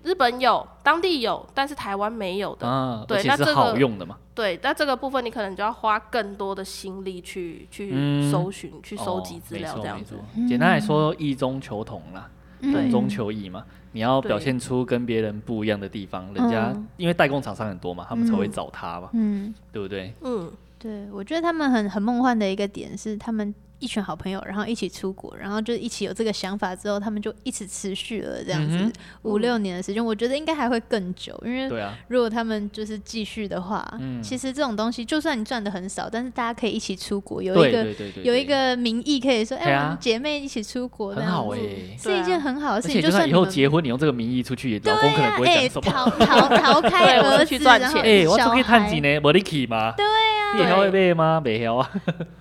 Speaker 3: 日本有、当地有，但是台湾没有的。
Speaker 2: 啊，
Speaker 3: 对
Speaker 2: 而且
Speaker 3: 那
Speaker 2: 是
Speaker 3: 这
Speaker 2: 好
Speaker 3: 个
Speaker 2: 用的嘛，
Speaker 3: 对，那这个部分你可能就要花更多的心力去去
Speaker 2: 嗯
Speaker 3: 搜寻、去收
Speaker 2: 哦
Speaker 3: 集资
Speaker 2: 没
Speaker 3: 料
Speaker 2: 错
Speaker 3: 这样
Speaker 2: 没
Speaker 3: 子。嗯
Speaker 2: 错简单来说，异中求同啦，同
Speaker 1: 嗯
Speaker 2: 中求异嘛。你要表
Speaker 3: 对
Speaker 2: 现出跟别人不一样的地方，人家
Speaker 1: 嗯
Speaker 2: 因为代工厂商很多嘛，他们才会
Speaker 1: 嗯
Speaker 2: 找他嘛，
Speaker 1: 嗯，
Speaker 2: 对不对？
Speaker 3: 嗯，
Speaker 1: 对，我觉得他们很很梦幻的一个点是，他们一群好朋友，然后一起出国，然后就一起有这个想法之后，他们就一起持续了这样子、
Speaker 2: 嗯哼
Speaker 1: 五六年的时间，我觉得应该还会更久，因
Speaker 3: 嗯
Speaker 1: 为
Speaker 2: 对啊，
Speaker 1: 如果他们就是继续的话，
Speaker 2: 嗯
Speaker 1: 其实这种东西就算你赚的很少，但是大家可以一起出国，有
Speaker 2: 对
Speaker 1: 一个
Speaker 2: 对对对，
Speaker 1: 有一
Speaker 2: 对
Speaker 1: 个名义可以说，哎、
Speaker 2: 对啊
Speaker 1: 我们姐妹一起出国，
Speaker 2: 很好
Speaker 1: 哎、
Speaker 2: 哎、
Speaker 3: 嗯啊
Speaker 1: 是一件很好的事
Speaker 2: 而
Speaker 1: 情。
Speaker 2: 且就算
Speaker 1: 算
Speaker 2: 以
Speaker 1: 你
Speaker 2: 后
Speaker 1: 们
Speaker 2: 结婚，你用这个名义出去，老公可能不会
Speaker 1: 对啊
Speaker 2: 讲什么。
Speaker 1: 哎、逃逃逃开
Speaker 3: 对我
Speaker 1: 儿
Speaker 3: 是
Speaker 1: 子
Speaker 3: 去赚钱
Speaker 1: 然后
Speaker 2: 哎、我出去
Speaker 1: 小孩
Speaker 2: 探钱呢，无你去吗？对啊你会会买吗？没晓啊。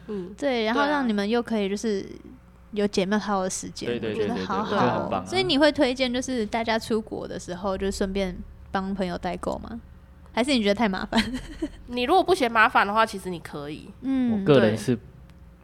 Speaker 3: 嗯，
Speaker 1: 对，然后
Speaker 3: 对啊
Speaker 1: 让你们又可以就是有姐妹好的时间，
Speaker 2: 对对
Speaker 1: 我觉
Speaker 2: 对
Speaker 1: 得
Speaker 2: 对
Speaker 1: 好好
Speaker 2: 对
Speaker 3: 我觉得
Speaker 1: 哦。
Speaker 2: 很棒啊
Speaker 1: 所以你会推荐就是大家出国的时候，就顺便帮朋友代购吗？还是你觉得太麻烦？
Speaker 3: 你如果不嫌麻烦的话，其实你可以。
Speaker 2: 我
Speaker 1: 嗯，
Speaker 2: 个
Speaker 3: 对
Speaker 2: 人是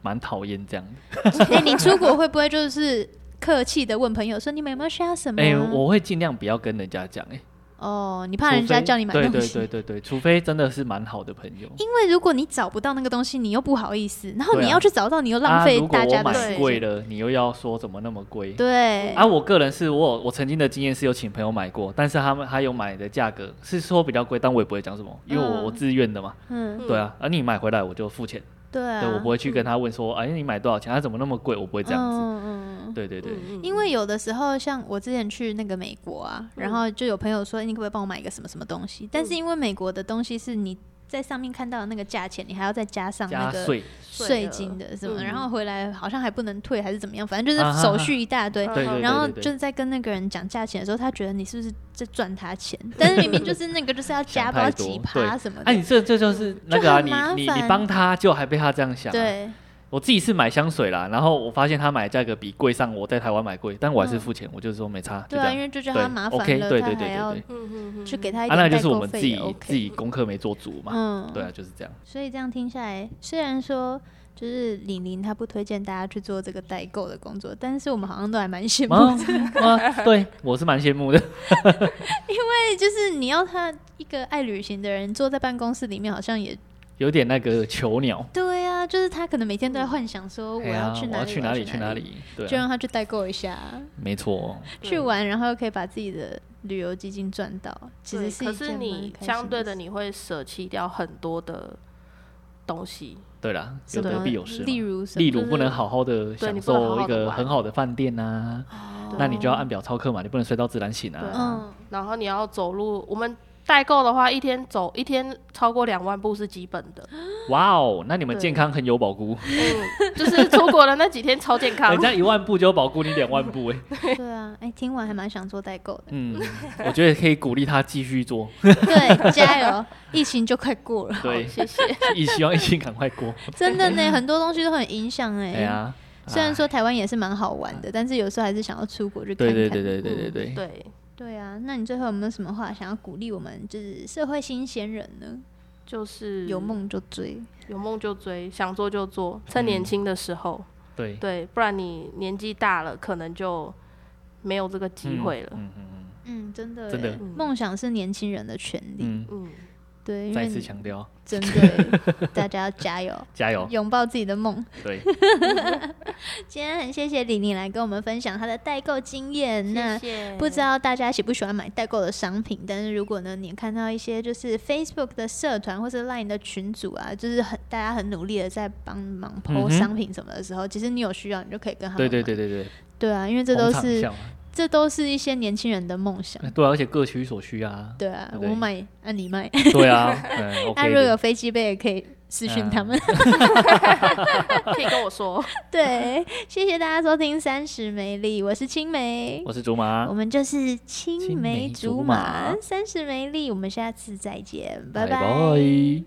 Speaker 2: 蛮讨厌这样的。
Speaker 1: <laughs> 哎、你出国会不会就是客气的问朋友说你们有没有需要什么啊？
Speaker 2: 哎、我会尽量不要跟人家讲、哎，
Speaker 1: 哦，你
Speaker 2: 除
Speaker 1: 怕人家
Speaker 2: 非
Speaker 1: 叫你买东
Speaker 2: 对
Speaker 1: 西？
Speaker 2: 对对对对，除非真的是蛮好的朋友。
Speaker 1: 因为如果你找不到那个东西，你又不好意思，然后
Speaker 2: 对
Speaker 1: 你
Speaker 2: 啊
Speaker 1: 要去找到，你又浪费
Speaker 2: 啊、如果
Speaker 1: 大
Speaker 2: 我
Speaker 1: 家的时
Speaker 2: 买
Speaker 1: 间。
Speaker 2: 贵了，你又要说怎么那么贵？
Speaker 1: 对，
Speaker 2: 啊，我个人是我有我曾经的经验是有请朋友买过，但是他们他有买的价格是说比较贵，但我也不会讲什么，因为我、我
Speaker 1: 嗯
Speaker 2: 自愿的嘛。
Speaker 1: 嗯，
Speaker 2: 对啊，而、你买回来我就付钱。
Speaker 1: 对啊，
Speaker 2: 对我不会去跟他问说，哎，你买多少钱？他怎么那么贵？我不会这样子。
Speaker 1: 嗯嗯嗯
Speaker 2: 对对对，
Speaker 3: 嗯，嗯
Speaker 1: 因为有的时候，像我之前去那个美国啊，然后就有朋友说，欸你可不可以帮我买一个什么什么东西？但
Speaker 3: 嗯
Speaker 1: 是因为美国的东西是你在上面看到的那个价钱，你还要再加上那
Speaker 2: 加
Speaker 1: 个
Speaker 2: 税，
Speaker 3: 啊
Speaker 1: 税金的什么，
Speaker 3: 嗯
Speaker 1: 然后回来好像还不能退还是怎么样，反正就
Speaker 2: 啊哈
Speaker 1: 是
Speaker 2: 哈
Speaker 1: 手续一大堆。
Speaker 3: 嗯
Speaker 2: 对对对
Speaker 1: 然后
Speaker 2: 对对
Speaker 1: 就是在跟那个人讲价钱的时候，他觉得你是不是在赚他钱？但是明明就是那个就是要加
Speaker 2: 想
Speaker 1: 不知道
Speaker 2: 太多
Speaker 1: 几
Speaker 2: 对
Speaker 1: 趴什么的。
Speaker 2: 哎，你这这就是那个啊，
Speaker 1: 就很麻
Speaker 2: 你你
Speaker 1: 烦
Speaker 2: 你帮他，就还被他这样想、，啊
Speaker 1: 对，
Speaker 2: 我自己是买香水啦，然后我发现他买的价格比贵上，我在台湾买贵，但我还是付钱，我就是说没差，就
Speaker 1: 嗯对
Speaker 2: 这
Speaker 1: 啊，因
Speaker 2: 样。
Speaker 1: 为就觉得他
Speaker 2: 对
Speaker 1: 麻烦了，
Speaker 2: OK，对对
Speaker 1: 他
Speaker 2: 对
Speaker 1: 还
Speaker 2: 对
Speaker 1: 要
Speaker 2: 对
Speaker 3: 嗯嗯嗯，
Speaker 1: 去给他一
Speaker 2: 啊，那
Speaker 1: 点
Speaker 2: 就
Speaker 1: 代
Speaker 2: 是我
Speaker 1: 购
Speaker 2: 们自
Speaker 1: 费也
Speaker 2: 己
Speaker 1: OK。
Speaker 2: 自己功课没做足嘛。
Speaker 1: 嗯，
Speaker 2: 对啊，就是这样。
Speaker 1: 所以这样听下来，虽然说就是李玲她不推荐大家去做这个代购的工作，但是我们好像都还蛮羡慕
Speaker 2: 啊
Speaker 1: 的，
Speaker 2: 啊，对我是蛮羡慕的。
Speaker 1: 对， <laughs> 就是你要他一个爱旅行的人坐在办公室里面，好像也
Speaker 2: 有点那个囚鸟。
Speaker 1: 对啊，就是他可能每天都在幻想说我
Speaker 2: 哎呀
Speaker 1: 要去
Speaker 2: 我
Speaker 1: 哪
Speaker 2: 要
Speaker 1: 里，
Speaker 2: 去
Speaker 1: 哪
Speaker 2: 哪里？去哪？里？对
Speaker 1: 就
Speaker 2: 啊，
Speaker 1: 让他去代购一下，
Speaker 2: 没错。
Speaker 1: 去玩，然后又可以把自己的旅游基金赚到，其
Speaker 3: 对
Speaker 1: 实
Speaker 3: 可
Speaker 1: 一
Speaker 3: 是
Speaker 1: 件蛮
Speaker 3: 你
Speaker 1: 开心
Speaker 3: 相对
Speaker 1: 的
Speaker 3: 的，你会舍弃掉很多的东西，
Speaker 2: 对啦，
Speaker 1: 事
Speaker 2: 有
Speaker 1: 什
Speaker 2: 得
Speaker 1: 么
Speaker 2: 必有失嘛。
Speaker 1: 例如什么，
Speaker 2: 例如不能好好的享受一个很好的饭店啊，
Speaker 1: 哦
Speaker 2: 那你就要按表操课嘛，你不能睡到自然醒啊。
Speaker 1: 嗯
Speaker 3: 然后你要走路。我们代购的话，一天走一天超过两万步是基本的，
Speaker 2: 哇哦，那你们
Speaker 3: 对
Speaker 2: 健康很有
Speaker 1: <laughs>
Speaker 2: 保估，
Speaker 3: 嗯，就是出国的那几天超健康
Speaker 2: 人。家一万步就有保估你两万步
Speaker 1: <laughs>
Speaker 2: 哎、
Speaker 1: 对啊，哎，听完还蛮想做代购的。 <laughs>
Speaker 2: 嗯，我觉得可以鼓励他继续做， <laughs>
Speaker 1: 对，加油！疫情就快过了，
Speaker 2: 对，
Speaker 3: 谢谢。
Speaker 2: 也希望疫情赶快过。
Speaker 1: 真的呢，很多东西都很影响哎、
Speaker 2: 哎呀，
Speaker 1: 虽然
Speaker 2: 哎
Speaker 1: 说台湾也是蛮好玩的，但是有时候还是想要出国去看
Speaker 2: 对
Speaker 1: 看。
Speaker 2: 啊对对对对对
Speaker 3: 嗯
Speaker 2: 对，
Speaker 3: 对，
Speaker 1: 对啊，那你最后有没有什么话想要鼓励我们就是社会新鲜人呢？
Speaker 2: 嗯
Speaker 3: 就是
Speaker 1: 有梦就追，
Speaker 3: 有梦就追，想做就做，
Speaker 2: 嗯
Speaker 3: 趁年轻的时候。
Speaker 2: 对，
Speaker 3: 对，不然你年纪大了，可能就没有这个机会了。
Speaker 2: 嗯嗯嗯
Speaker 1: 嗯，真的、
Speaker 2: 真的
Speaker 1: 梦想是年轻人的权利。
Speaker 2: 嗯，
Speaker 3: 嗯，
Speaker 1: 对，因
Speaker 2: 再
Speaker 1: 为
Speaker 2: 次
Speaker 1: 你
Speaker 2: 强调，
Speaker 1: 真
Speaker 2: <laughs>
Speaker 1: 的欸大家要加油，
Speaker 2: 加油！
Speaker 1: 拥抱自己的梦。
Speaker 2: 对，
Speaker 1: 今天很谢谢李宁来跟我们分享她的代购经验。那
Speaker 3: 嗯谢谢
Speaker 1: 不知道大家喜不喜欢买代购的商品，但是如果呢，你看到一些就是 Facebook 的社团或是 Line 的群组啊，就是很大家很努力的在帮忙
Speaker 2: 嗯
Speaker 1: PO
Speaker 2: 哼
Speaker 1: 商品什么的时候，其实你有需要，你就可以跟他们
Speaker 2: 对
Speaker 1: 买。
Speaker 2: 对对对对，
Speaker 1: 对啊，因为这
Speaker 2: 捧
Speaker 1: 都
Speaker 2: 场一
Speaker 1: 是
Speaker 2: 下嘛
Speaker 1: 这都是一些年轻人的梦想。
Speaker 2: 对啊，而且各取所需啊。
Speaker 1: 对啊，
Speaker 2: 对不对
Speaker 1: 我买，啊你买，
Speaker 2: 对
Speaker 1: <laughs>
Speaker 2: 啊，嗯
Speaker 1: 那如果有
Speaker 2: ，OK 嗯
Speaker 1: 飞机杯也可以私讯他们。
Speaker 3: <laughs> 可以跟我说，
Speaker 1: <laughs> 对，谢谢大家收听《三十美丽》，我是青梅
Speaker 2: 的。，我是竹马
Speaker 1: 我，们就是青
Speaker 2: 青梅
Speaker 1: 梅
Speaker 2: 竹
Speaker 1: 竹马，
Speaker 2: 马
Speaker 1: 三十美丽，我们下次再见，
Speaker 2: 拜
Speaker 1: 拜
Speaker 2: 拜。